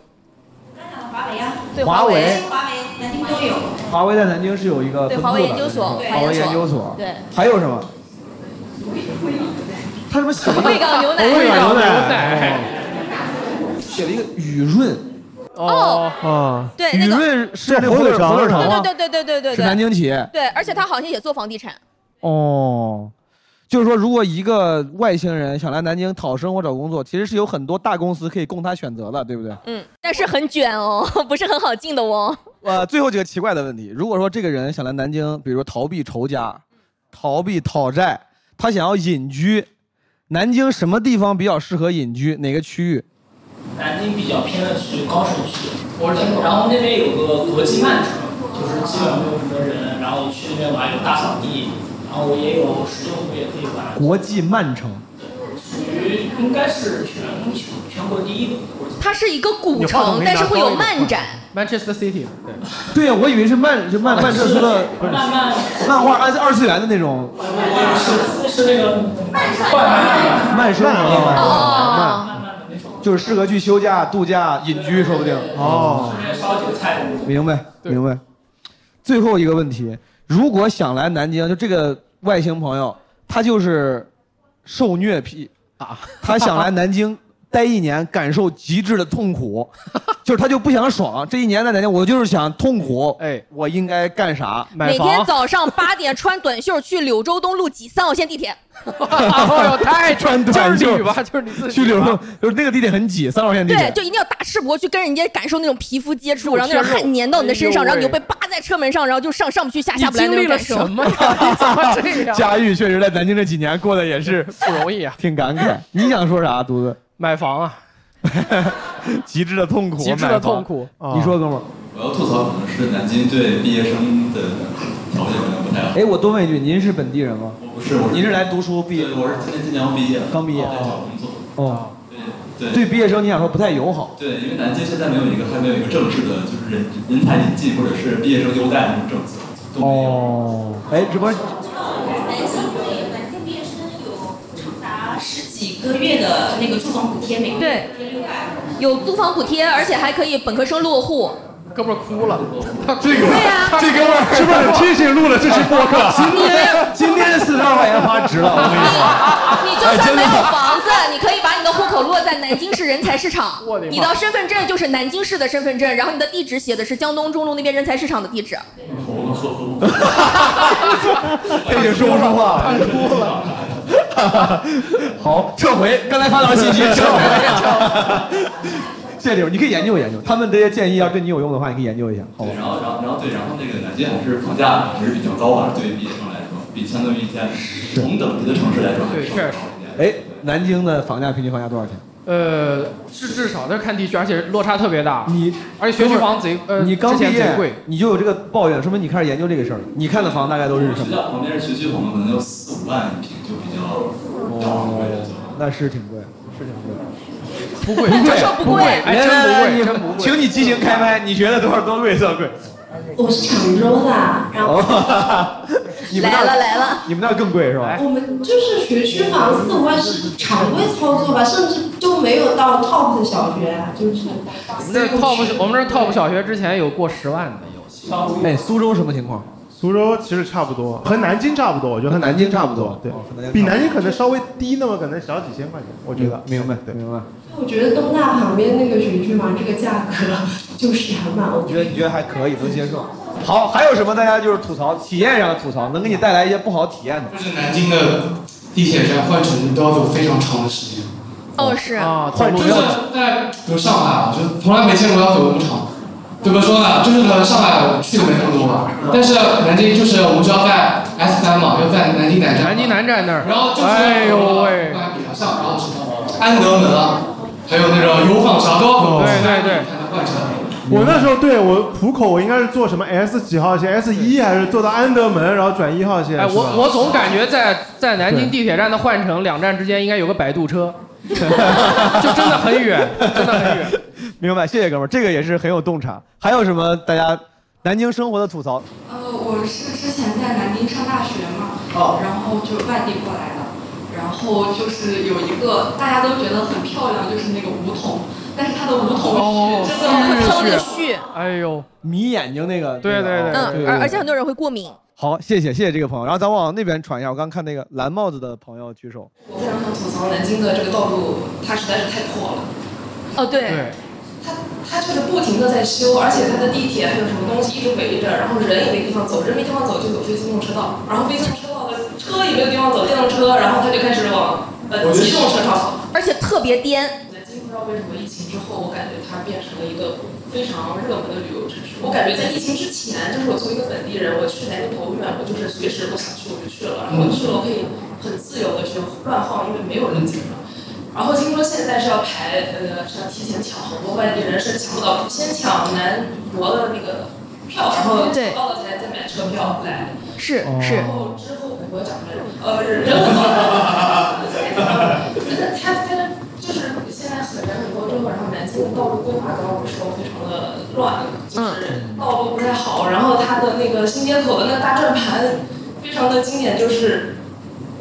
S14: 哎
S7: 对，
S5: 华
S7: 为，
S5: 为
S7: 华为南京都有，
S5: 华为在南京是有一个
S7: 对，
S5: 分
S7: 华
S5: 部
S7: 为
S5: 的嗯
S7: 研究所，
S5: 华为研究所，
S7: 对，
S5: 还有什么？他什么写了一个
S7: 汇港牛奶
S5: 哦汇港牛
S7: 汇港牛
S5: 奶，哦写了一个雨润，
S7: 哦，
S2: 啊，
S7: 对
S5: 雨
S7: 那个
S5: 润是那个
S2: 火腿肠
S5: 火腿肠吗？
S7: 对对对对对对，
S5: 是南京企业
S7: 对，而且它好像也做房地产，
S5: 哦，就是说，如果一个外星人想来南京讨生活找工作，其实是有很多大公司可以供他选择的，对不对？
S7: 嗯，但是很卷哦， (laughs) 不是很好进的哦。
S5: 呃，最后几个奇怪的问题，如果说这个人想来南京，比如说逃避仇家、
S7: 嗯
S5: 逃避讨债，他想要隐居，南京什么地方比较适合隐居？哪个区域？
S10: 南京比较偏的区，高手区，然后那边有个国际漫城，就是基本上没有什么人，然后去那边玩有大扫地，然后也有十六湖也可以玩，
S5: 国际漫城。
S10: 属于应该是全球全国第一的国际。
S7: 它是一个古
S10: 你话筒可，
S7: 城
S10: 以
S7: 但是
S10: 拿
S7: 会
S10: 高
S7: 有
S10: 一点
S7: 漫展。
S3: Manchester City，对，
S5: 对呀，我以为是漫就漫漫彻斯
S7: (laughs)
S5: 的不是
S10: 慢慢
S5: 漫画二二次元的那种
S10: 是是那个
S5: 漫生活漫
S10: 哦
S5: 漫，就是适合去休假、度假、隐居，说不定。哦，
S10: 顺便烧几个菜的那种。
S5: 明白明白。最后一个问题，如果想来南京，就这个外
S3: (laughs)
S5: 星朋友，他就是受虐癖啊，他想来南京待一年，感受极致的痛苦，就是他就不想爽。这一年在南京，我就是想痛苦。哎，我应该干啥？买
S7: 每
S5: 房。
S7: 天
S5: (laughs)
S7: 早上八点穿短袖去柳州东路挤三号线地铁。
S3: 哎呦，太
S5: 穿
S3: 就
S5: 短
S3: 是
S5: 袖
S3: 你吧，就是你自己吧。
S5: 去柳州，就是那个地铁很挤，三号线地
S7: 对
S5: 铁，。
S7: 就一定要大赤膊去跟人家感受那种皮肤接触，
S5: 肉
S7: 然后那种
S5: 贴肉
S7: 汗粘到你的身上，
S5: 哎呦喂
S7: 然后你就被扒在车门上，然后就上上不去下下不来那种感受。
S3: 呀？你怎
S5: (laughs)
S3: 么这样？
S5: 佳玉确实在南京这几年过得也是
S3: 不容易啊，
S5: 挺感慨。你想说啥，犊子？
S3: 买房啊，
S5: (laughs) 极致的痛苦，
S3: 极致的
S5: 买房哦
S3: 痛苦
S5: 你说，哥们儿。
S4: 我要吐槽可能是南京对毕业生的条件可能不太好。
S5: 哎，我多问一句，您是本地人吗？
S4: 不是，我
S5: 您是来读书毕业？
S4: 我是今年今年刚毕业，
S5: 刚毕业
S4: 在找工作。
S5: 哦，
S4: 对
S5: 对毕业生你想说不太友好。
S4: 对，因为南京现在没有一个还没有一个正式的，就是人人才引进或者是毕业生优待那种政策。
S5: 哦，哎，这不是
S13: 达十几个月的那个住房补贴，每个
S7: 对，有租房补贴，而且还可以本科生落户。
S3: 哥们儿哭了，
S5: 这个
S7: 对呀、
S5: 啊这哥们儿是不是很清醒录了这期播客今天今天四十二块钱花值了，我跟你说。哎
S7: 你就算没有房子，你可以把你的户口落在南京市人才市场
S5: 我的。妈
S7: 你的身份证就是南京市的身份证，然后你的地址写的是江东中路那边人才市场的地址。
S5: 这也说不出话，看哭了。好，撤回，刚才发到信 (laughs) 息，撤回。谢谢刘，你可以研究研究，他们这些建议要对你有用的话，你可以研究一下，好吧
S4: 对，？然后然后然后对，然后那个南京还是房价还是比较高啊，对于毕业生来说，比相对于一些同等级的城市来说还
S3: 对，
S4: 是
S3: 确实。
S5: 哎，南京的房价平均房价多少钱？
S3: 呃，是至少，但是看地区，而且落差特别大。
S5: 你
S3: 而且学区房贼，呃，
S5: 你刚
S3: 之
S5: 毕
S3: 前
S5: 业
S3: 贼贵，，
S5: 你就有这个抱怨，说明你开始研究这个事儿了。你看的房大概都是什
S4: 学
S5: 么？
S4: 校旁边是学区房，可能要四五万一平就比较
S5: 哦，那是挺贵，是挺贵。
S3: 不
S4: 贵
S5: 不
S4: 不
S5: 贵
S4: 贵，
S5: 不
S4: 不贵
S5: 哎，真
S4: 来来来
S5: 不贵，
S4: 你
S5: 真不贵。请你激情开麦，你觉得多少多贵算贵？
S13: 我是常州的，然后
S5: 哦，你们那儿
S13: 来了来了，
S5: 你们那儿更贵是吧？
S13: 我们就是学区房四五万是常规操作吧，甚至都没有到 top 的小学，啊就是
S3: 我们这 top 我们这 top 小学之前有过十万的有。
S5: 哎，苏州什么情况？
S2: 苏州其实差不多，和南京差不多，我觉得和南京差不多，对，比南京可能稍微低那么可能小几千块钱，我觉得。
S5: 明白，明白。
S13: 我觉得东大旁边那个学区房这个价格就是还蛮 OK
S5: 你觉得你觉得还可以，能接受。好，还有什么大家就是吐槽体验上的吐槽，能给你带来一些不好体验的？
S11: 就是南京的地铁站换乘都要走非常长的时间，
S7: 哦，是啊
S11: 就是在比如上海啊，就从来没见过要走那么长。怎么说呢？就是呢，上海我去的没那么多，但是南京就是我们只要在 S 三嘛，要在南京南站，
S3: 南京南站那儿，
S11: 然后就是呃
S3: 哎呦喂，哦
S11: 安德门啊，还有那个油坊啥都要
S5: 哦
S11: 走，
S2: 对
S11: 对
S3: 对，
S11: 换乘。
S2: 我那时候对我浦口，我应该是坐什么 S 几号线？S 一还是坐到安德门，然后转一号线？
S3: 哎，
S2: 是吧
S3: 我我总感觉在在南京地铁站的换乘两站之间应该有个摆渡车， (laughs) 就真的很
S5: (laughs)
S3: 远，真的很远。
S5: 明白，谢谢哥们儿，这个也是很有洞察。还有什么大家南京生活的吐槽？
S16: 呃，我是之前在南京上大学嘛，然后就外地过来的，然后就是有一个大家都觉得很漂亮，就是那个梧桐，但是它的梧桐
S3: 哦，
S16: 是真的很
S7: 的
S16: 虚
S7: 絮，
S3: 哎呦，
S5: 迷眼睛那个，哦
S3: 对对对，
S7: 嗯，而而且很多人会过敏。
S5: 好，谢谢谢谢这个朋友。然后咱往那边传一下，我刚看那个蓝帽子的朋友举手。
S16: 我非常想吐槽南京的这个道路，它实在是太破了。
S7: 哦，对
S5: 对，
S16: 它就是不停的在修，而且它的地铁还有什么东西一直围着，然后人也没地方走，人没地方走就走非机动车道，然后非机动车道的车也没有地方走，电动车，然后它就开始往呃机动车道走。
S7: 而且特别颠。
S16: 南京不知道为什么疫情之后，我感觉它变成了一个非常热门的旅游城市。我感觉在疫情之前，就是我作为一个本地人，我去南京多远，我就是随时我想去我就去了，然后去了我可以很自由的去乱晃，因为没有人紧张。然后听说现在是要排，呃，是要提前抢，好多外地人是抢不到，先抢南博的那个票，然后抢到了才再买车票来。
S7: 是
S16: 是。然后之后我讲的，呃，人人很多，人在他他就是现在很人很多之后，然后南京的道路规划刚刚不是说非常的乱，就是道路不太好，然后它的那个新街口的那个大转盘非常的经典，就是。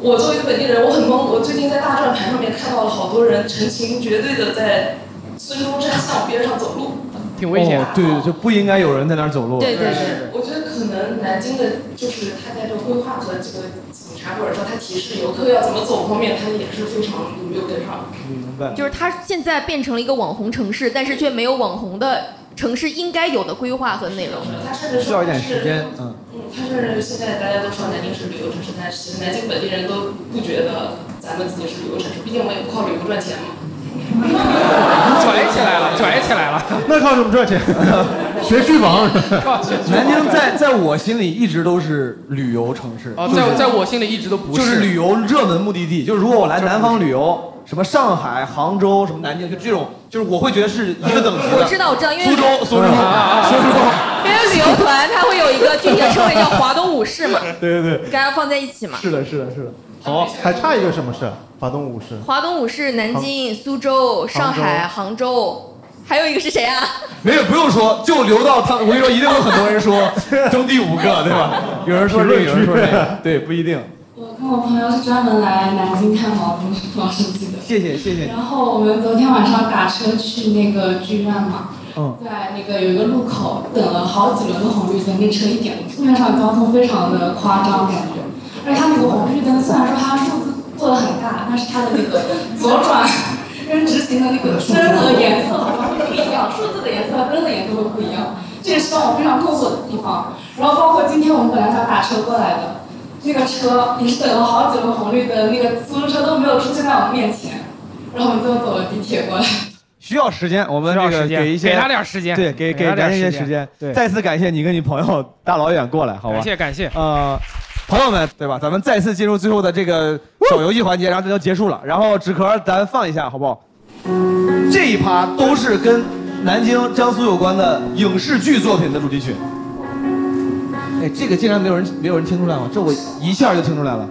S16: 我作为一个本地人，我很懵。我最近在大转盘上面看到了好多人成群结队的在孙中山像边上走路，
S3: 挺危险
S5: 哦对，就不应该有人在那儿走路。
S8: 是，我觉得可能南京的，就是他在这个规划和这个警察或者说他提示游客要怎么走方面，他也是非常没有跟上。
S5: 明白
S7: 就是它现在变成了一个网红城市，但是却没有网红的城市应该有的规划和 (laughs) 内容。
S5: 需要一点时间，嗯。
S8: 嗯，他是现在大家都说南京是旅游城市，但是南京本地人都不觉得咱们自己是旅游城市，毕竟我们也不靠旅游赚钱嘛。
S3: 拽起来了，拽起来了。
S2: 那靠什
S5: (laughs)
S2: 么赚钱？学区房。
S5: 南京在在我心里一直都是旅游城市，
S3: 哦，
S5: 就
S3: 在
S5: 是
S3: 在我心里一直都不
S5: 就是旅游热门目的地。就是如果我来南方旅游，什么上海、杭州、什么南京，就这种，就是我会觉得是一个等级的。
S7: 我知道，我知道，因为
S5: 苏州，苏州，苏州，
S7: 因为旅游团它会有一个具体的称谓叫华东
S2: (laughs)
S7: 五市嘛，
S5: 对对对，
S7: 给它放在一起嘛。
S5: 是的，是的，是的。
S2: 好，还差一个什么事？华东五市。
S7: 华东五市、南京、苏州、上海、杭州，还有一个是谁啊？
S5: 没有不用说，就留到他。我跟你说，一定有很多
S3: (laughs)
S5: 人说争第五个，对吧？有人说这个，有人说这个，对，不一定。
S16: 我跟我朋友是专门来南京看毛主席毛主席的。
S5: 谢谢谢谢。
S16: 然后我们昨天晚上打车去那个剧院嘛，
S5: 嗯
S16: 在那个有一个路口等了好几轮的红绿灯，那车一点都不。路面上交通非常的夸张，感觉。而且它那个红绿灯虽然说它数字做的很大，但是它的那个左转跟直行的那个灯和颜色好像会不一样，数字的颜色和灯的颜色会不一样，这也是让我非常困惑的地方。然后包括今天我们本来想打车过来的，那个车也是等了好几轮红绿灯，那个出租车都没有出现在我们面前，然后我们就走了地铁过来。
S5: 需要时间，我们这个
S3: 时间
S5: 给一些
S3: 给他点时间
S5: 对，给
S3: 给他点
S5: 咱一些
S3: 时间
S5: 时间。
S3: 对
S5: 再次感谢你跟你朋友大老远过来，好吧？
S3: 感谢感谢。
S5: 呃，朋友们，对吧？咱们再次进入最后的这个小游戏环节，然后这就结束了。然后纸壳咱放一下，好不好？这一趴都是跟南京、江苏有关的影视剧作品的主题曲。哎，这个竟然没有人没有人听出来吗？这我一下就听出来了。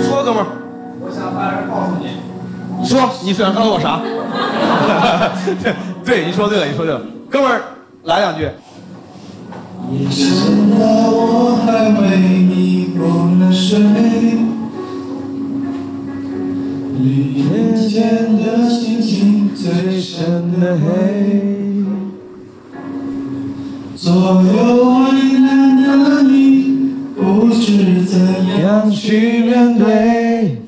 S5: 说，哥们儿。
S4: 我想把人告诉你，
S5: 说，你想告诉我啥？ (laughs) 对，你说对了，你说对了，哥们儿，来两句。
S4: 你知道我还为你不能睡，你眼间的星星最深的黑，左右为难的你不知怎样去面对，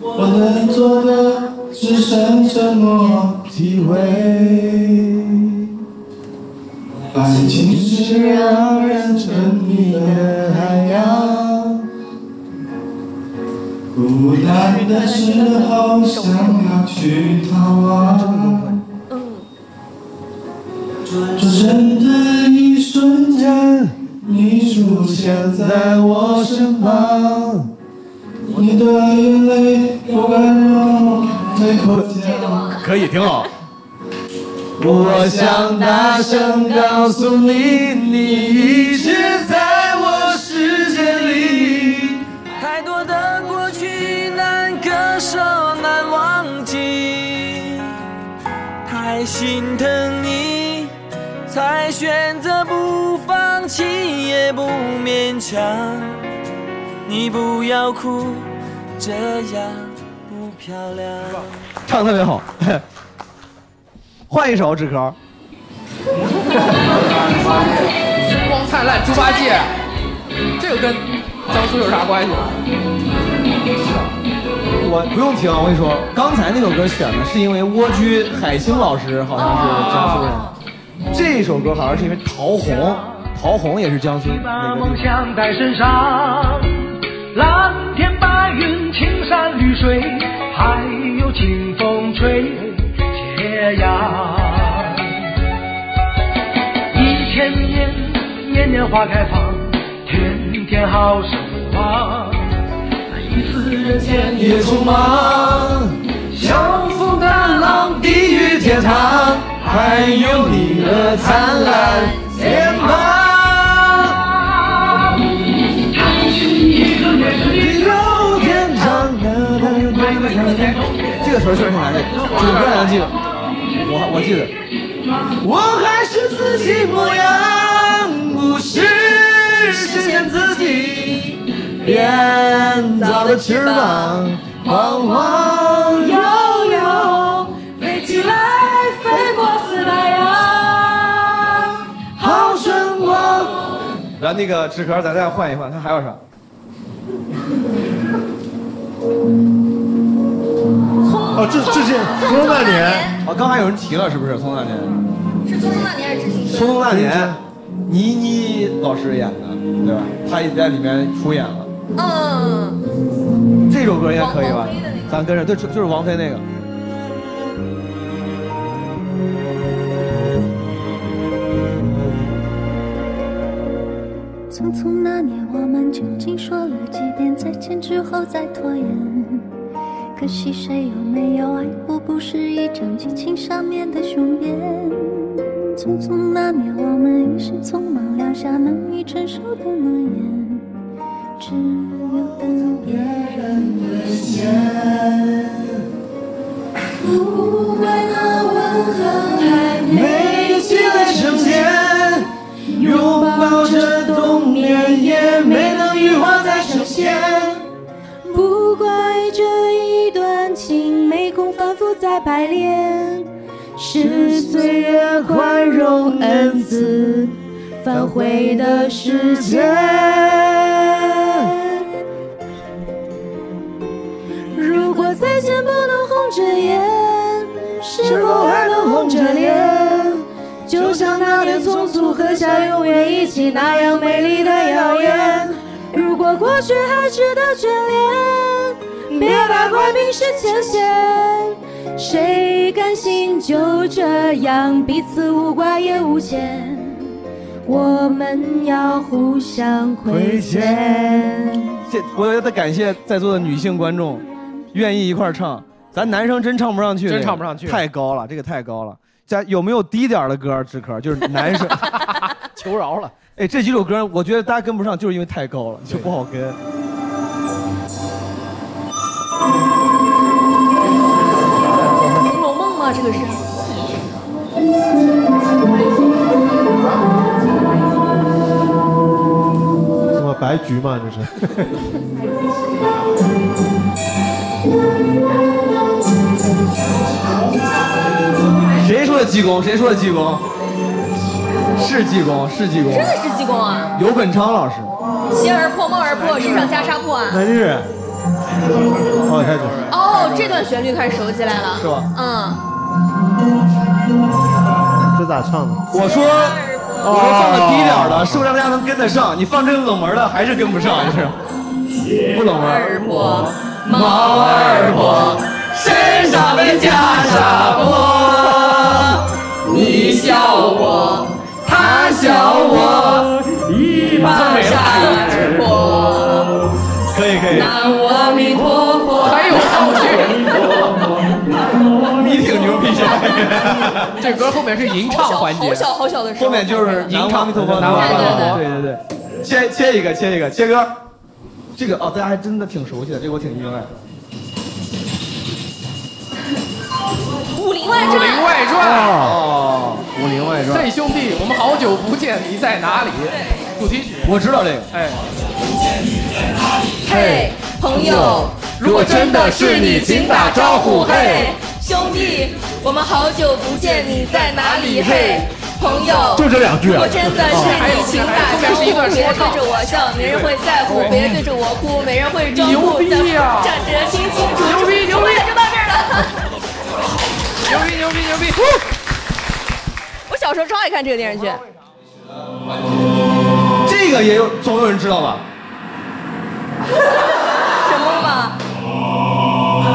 S4: 我能做的只剩沉默体会。爱情是让人沉迷的海洋，孤单的时候想要去逃亡。转身的一瞬间，你出现在我身旁，你的眼泪不敢让我太过奖。
S5: 可以，挺好。
S4: 我想大声告诉你，你一直在我世界里。
S9: 太多的过去难割舍，难忘记，太心疼你，才选择不放弃，也不勉强。你不要哭，这样不漂亮。
S5: 唱得特别好。换一首，纸壳。
S3: 星光灿烂，猪八戒，这个跟江苏有啥关系？
S5: 我不用听，啊我跟你说，刚才那首歌选的是因为蜗居海清老师好像是江苏人，这首歌好像是因为陶虹，陶虹也是江苏那个地方。
S9: 想带身上，蓝天白云、青山绿水，还有清风吹斜阳。一千年，年年花开放，天天好生活。一次人间
S4: 也匆忙，
S9: 相逢的浪，
S4: 地狱天堂，还有你的灿烂脸庞。
S9: 有天长。
S5: 这个词儿确实挺难记，主歌难记，我我记得。
S4: 我还是自己模样，不是实现自己编造的翅膀，晃晃悠悠，飞起来，飞过四百洋。
S5: 完那个纸壳，咱再换一换，看还有啥？
S2: 哦，致致敬
S7: 匆匆那年。
S5: 哦，刚还有人提了，是不是？匆匆那年，
S7: 是匆匆那年还是致青
S5: 匆
S7: 春？
S5: 匆那年，倪妮老师演的，对吧？她也在里面出演了。
S7: 嗯，
S5: 这首歌应该可以吧？咱跟着，对，就就是王菲那个。
S14: 匆匆那年，我们究竟说了几遍再见之后再拖延？可惜谁又没有爱过，不是一张激情上面的雄辩。匆匆那年，我们一时匆忙撂下难以承受的诺言，只有等别人兑现。
S4: 不怪那吻痕还没积累成茧，拥抱着冬眠也没能羽化再成仙。
S14: 不怪这一段情没空反复再排练，
S4: 是岁月宽容恩赐，
S14: 反
S4: 反
S14: 悔
S4: 悔
S14: 的
S4: 的
S14: 时
S4: 时
S14: 间
S4: 间。
S14: 如果再见不能红着眼，是
S4: 是
S14: 否
S4: 否
S14: 还
S4: 还
S14: 能
S4: 能
S14: 红
S4: 红
S14: 着
S4: 着
S14: 脸
S4: 脸？
S14: 就像那年匆促喝下永远一起那样美丽的谣言。如果过去还值得眷恋，别把怪病是前嫌。谁甘心就这样彼此无挂也无牵？我们要互相亏欠。
S5: 这我也得感谢在座的女性观众，愿意一块儿唱。咱男生真唱不上去，
S3: 真
S5: 这个
S3: 唱不上去
S5: 太高了，这个太高了。咱有没有低点儿的歌儿？纸壳就是男 (laughs) 生，
S3: 求饶了。
S5: 哎，这几首歌我觉得大家跟不上，就是因为太高了，就不好跟。
S7: 《红楼梦》吗？这个是。
S2: 什么白菊嘛， (laughs) 这是。
S5: 谁说的济公？谁说的济公？是济公，是济公
S7: 真，的是济公啊！
S5: 尤本昌老师。
S7: 鞋而破，梦而破，身上袈裟破啊！
S2: 南京人。哦，开始。
S7: 哦，这段旋律开始熟起来了，
S2: 是吧？
S7: 嗯，
S2: 这咋唱的？
S5: 我说，
S3: 哦
S5: 我说放个低点儿的，是不是让大家能跟得上？你放这个冷门的，还是跟不上，就是不冷
S13: 啊
S5: 门。
S4: 猫儿婆，身上的袈裟破，你笑我，他笑我，一把扇儿破。
S5: 可以可以。
S4: 南无阿弥陀佛，
S7: 哎
S4: 还有后续。
S5: 你挺牛逼的，
S3: 这歌后面是吟唱环节，
S7: 好小好小的时候，
S5: 后面就是
S3: 吟
S5: 南无阿
S3: 唱
S5: 弥陀佛，
S3: 南无阿弥陀佛
S5: 对对对，切切一个，切一个，切歌。这个哦，大家还真的挺熟悉的，这个我挺意外。
S7: 《武林外传》。
S3: 武林外传
S5: 哦，《武林外传
S3: 嘿，》，兄弟，我们好久不见，你在哪里？主题曲，
S5: 我知道这个。
S3: 哎，
S7: 嘿，朋友，如果真的是你，请打招呼。嘿，兄弟，我们好久不见，你在哪里？嘿，朋友，
S2: 就这两句啊
S7: 如果真的是你，请打招呼。别对着我笑，没人会在乎；别对着我哭，没人会装酷。
S3: 牛逼啊
S7: 站着清清楚楚。
S3: 牛逼牛逼
S7: 就到这儿了。
S3: 牛逼牛逼牛逼！
S7: (laughs) 我小时候超爱看这个电视剧，
S5: 这个也有，总有人知道吧？
S7: 什么嘛？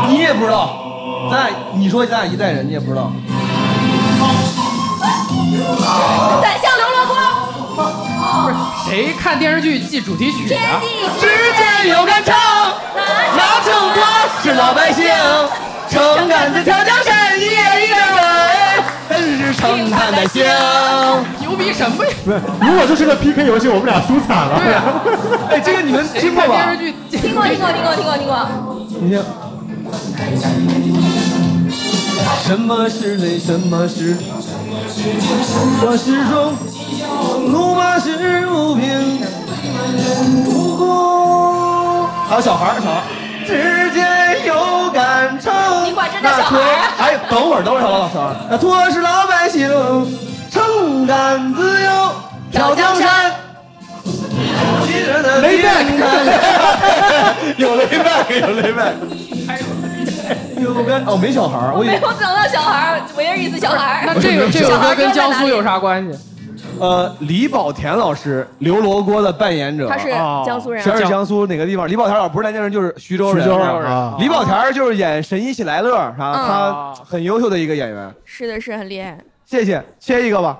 S5: 你也不知道，咱俩你说咱俩一代人，你也不知道。
S7: 宰相刘罗锅。
S3: 不是谁看电视剧记主题曲啊？
S4: 只见有杆秤，拿秤砣是老百姓，撑杆子挑挑担，一人一人担，真是撑杆的行。
S3: 牛逼什么呀？
S2: 不是， (laughs) 如果这是个 PK 游戏，我们俩输惨了。对 (laughs)
S5: 哎，这个你们
S2: 听过吧
S7: 看电视剧听过，听过，听过，听过，听过。
S5: 你听。什么是泪？什么是我始终怒骂是无凭无故。还有小孩儿，小孩儿。只见有杆秤，那托哎，等会儿，等会儿，小 (laughs) 老小孩儿，那托是老百姓，秤杆子哟，挑江山。
S4: 雷
S5: (laughs)
S17: back，有雷 back，有雷 back。有个哦，没小孩儿，我以
S7: 没
S17: 为
S7: 有等到小孩儿，唯一一次小孩儿。
S3: 那这个这首
S7: 小孩
S3: 歌
S7: 儿
S3: 跟
S7: 在
S3: 江
S7: 哪
S3: 苏
S7: 里
S3: 有啥关系？
S5: 呃，李保田老师，刘罗锅的扮演者，
S7: 他是
S5: 哦
S7: 江苏人啊
S5: 他是江苏哪个地方？李保田老师不是南京人，就是徐州人。
S2: 徐州人啊
S5: 李保田就是演《神医喜来乐》啥，
S7: 嗯
S5: 他很优秀的一个演员。
S7: 是的，是很厉害。
S5: 谢谢，切一个吧。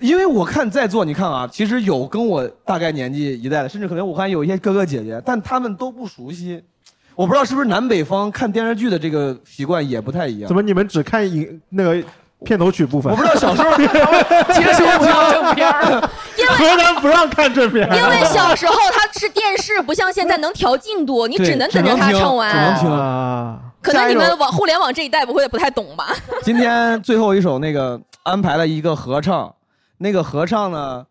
S5: 因为我看在座，你看啊，其实有跟我大概年纪一代的，甚至可能我看有一些哥哥姐姐，但他们都不熟悉。我不知道是不是南北方看电视剧的这个习惯也不太一样。
S2: 怎么你们只看影那个片头曲部分？
S5: 我不知道小时候
S4: 接受不了正片
S2: 儿， (laughs) 河南不让看正片儿，
S7: 因为小时候他是电视，不像现在能调进度，你
S2: 对
S7: 只能等着他唱完。
S2: 啊。
S7: 可能你
S5: 下一
S7: 们
S5: 首
S7: 网互联网这一代不会不太懂吧？
S5: 今天最后一首那个安排了一个合唱，那个合唱呢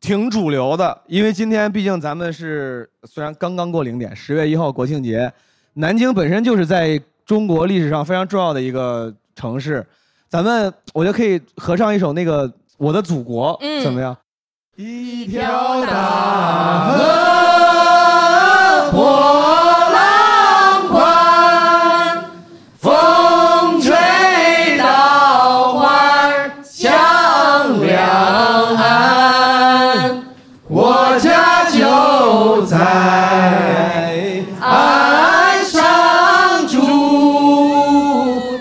S5: 挺主流的，因为今天毕竟咱们是虽然刚刚过零点，十月一号国庆节，南京本身就是在中国历史上非常重要的一个城市，咱们我觉得可以合唱一首那个《我的祖国》，
S4: 嗯
S5: 怎么样？
S4: 一条大河波浪宽，风吹稻花香两岸。我家就在岸上住，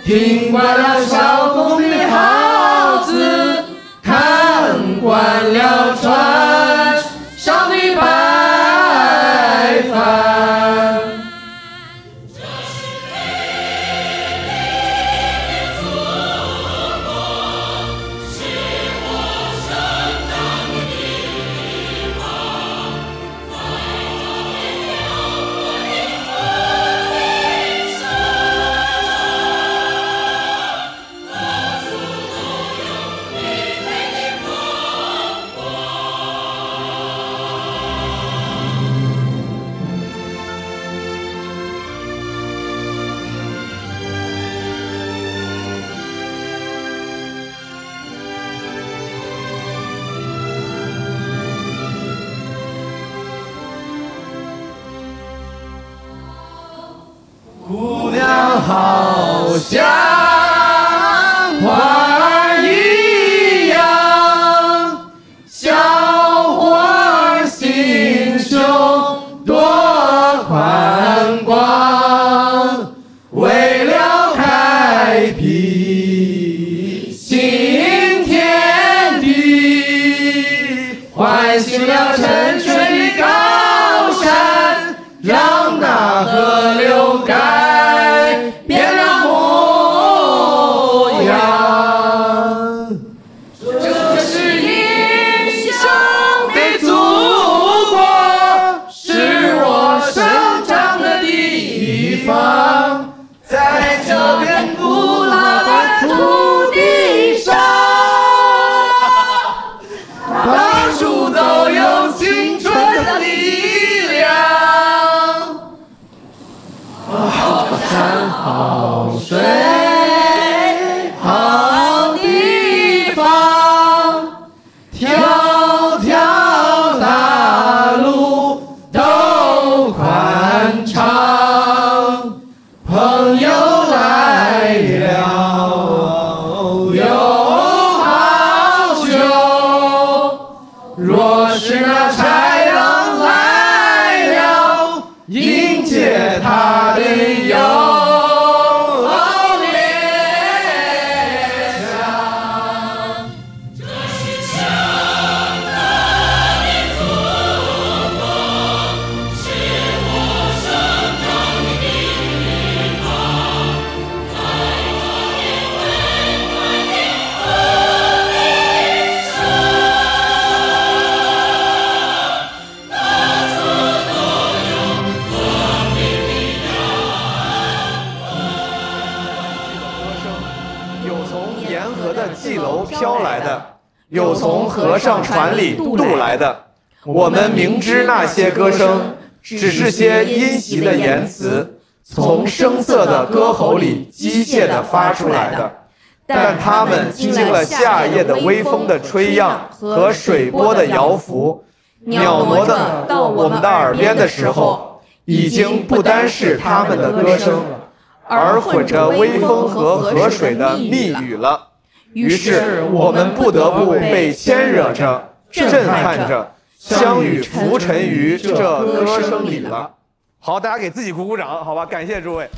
S4: 听惯了少工的号子。看惯了船上的白帆。姑娘好像花儿一样，小花儿心胸多宽广，为了开辟新天地，唤醒了沉睡的高山，让那河流改变了模样。这是英雄的祖国，是我生长的地方，在这片古老的土地上，到处都有青春的力量。好山好水好地方，条条大路都宽敞，朋友来了有好酒，若是那豺狼来了。迎接他的友列强。
S5: 有从沿河的蓟楼飘来的，
S17: 有从河上船里渡来的。我们明知那些歌声只是些阴习的言辞，从声色的歌喉里机械地发出来的。
S5: 但他们经了夏夜的微风的吹漾和水波的摇拂，鸟挪的到我们的耳边的时候，已经不单是他们的歌声，而混着微风和河水的密语了。于是我们不得不被牵惹着、震撼着，相与浮沉于这歌声里了。好，大家给自己鼓鼓掌，好吧？感谢诸位。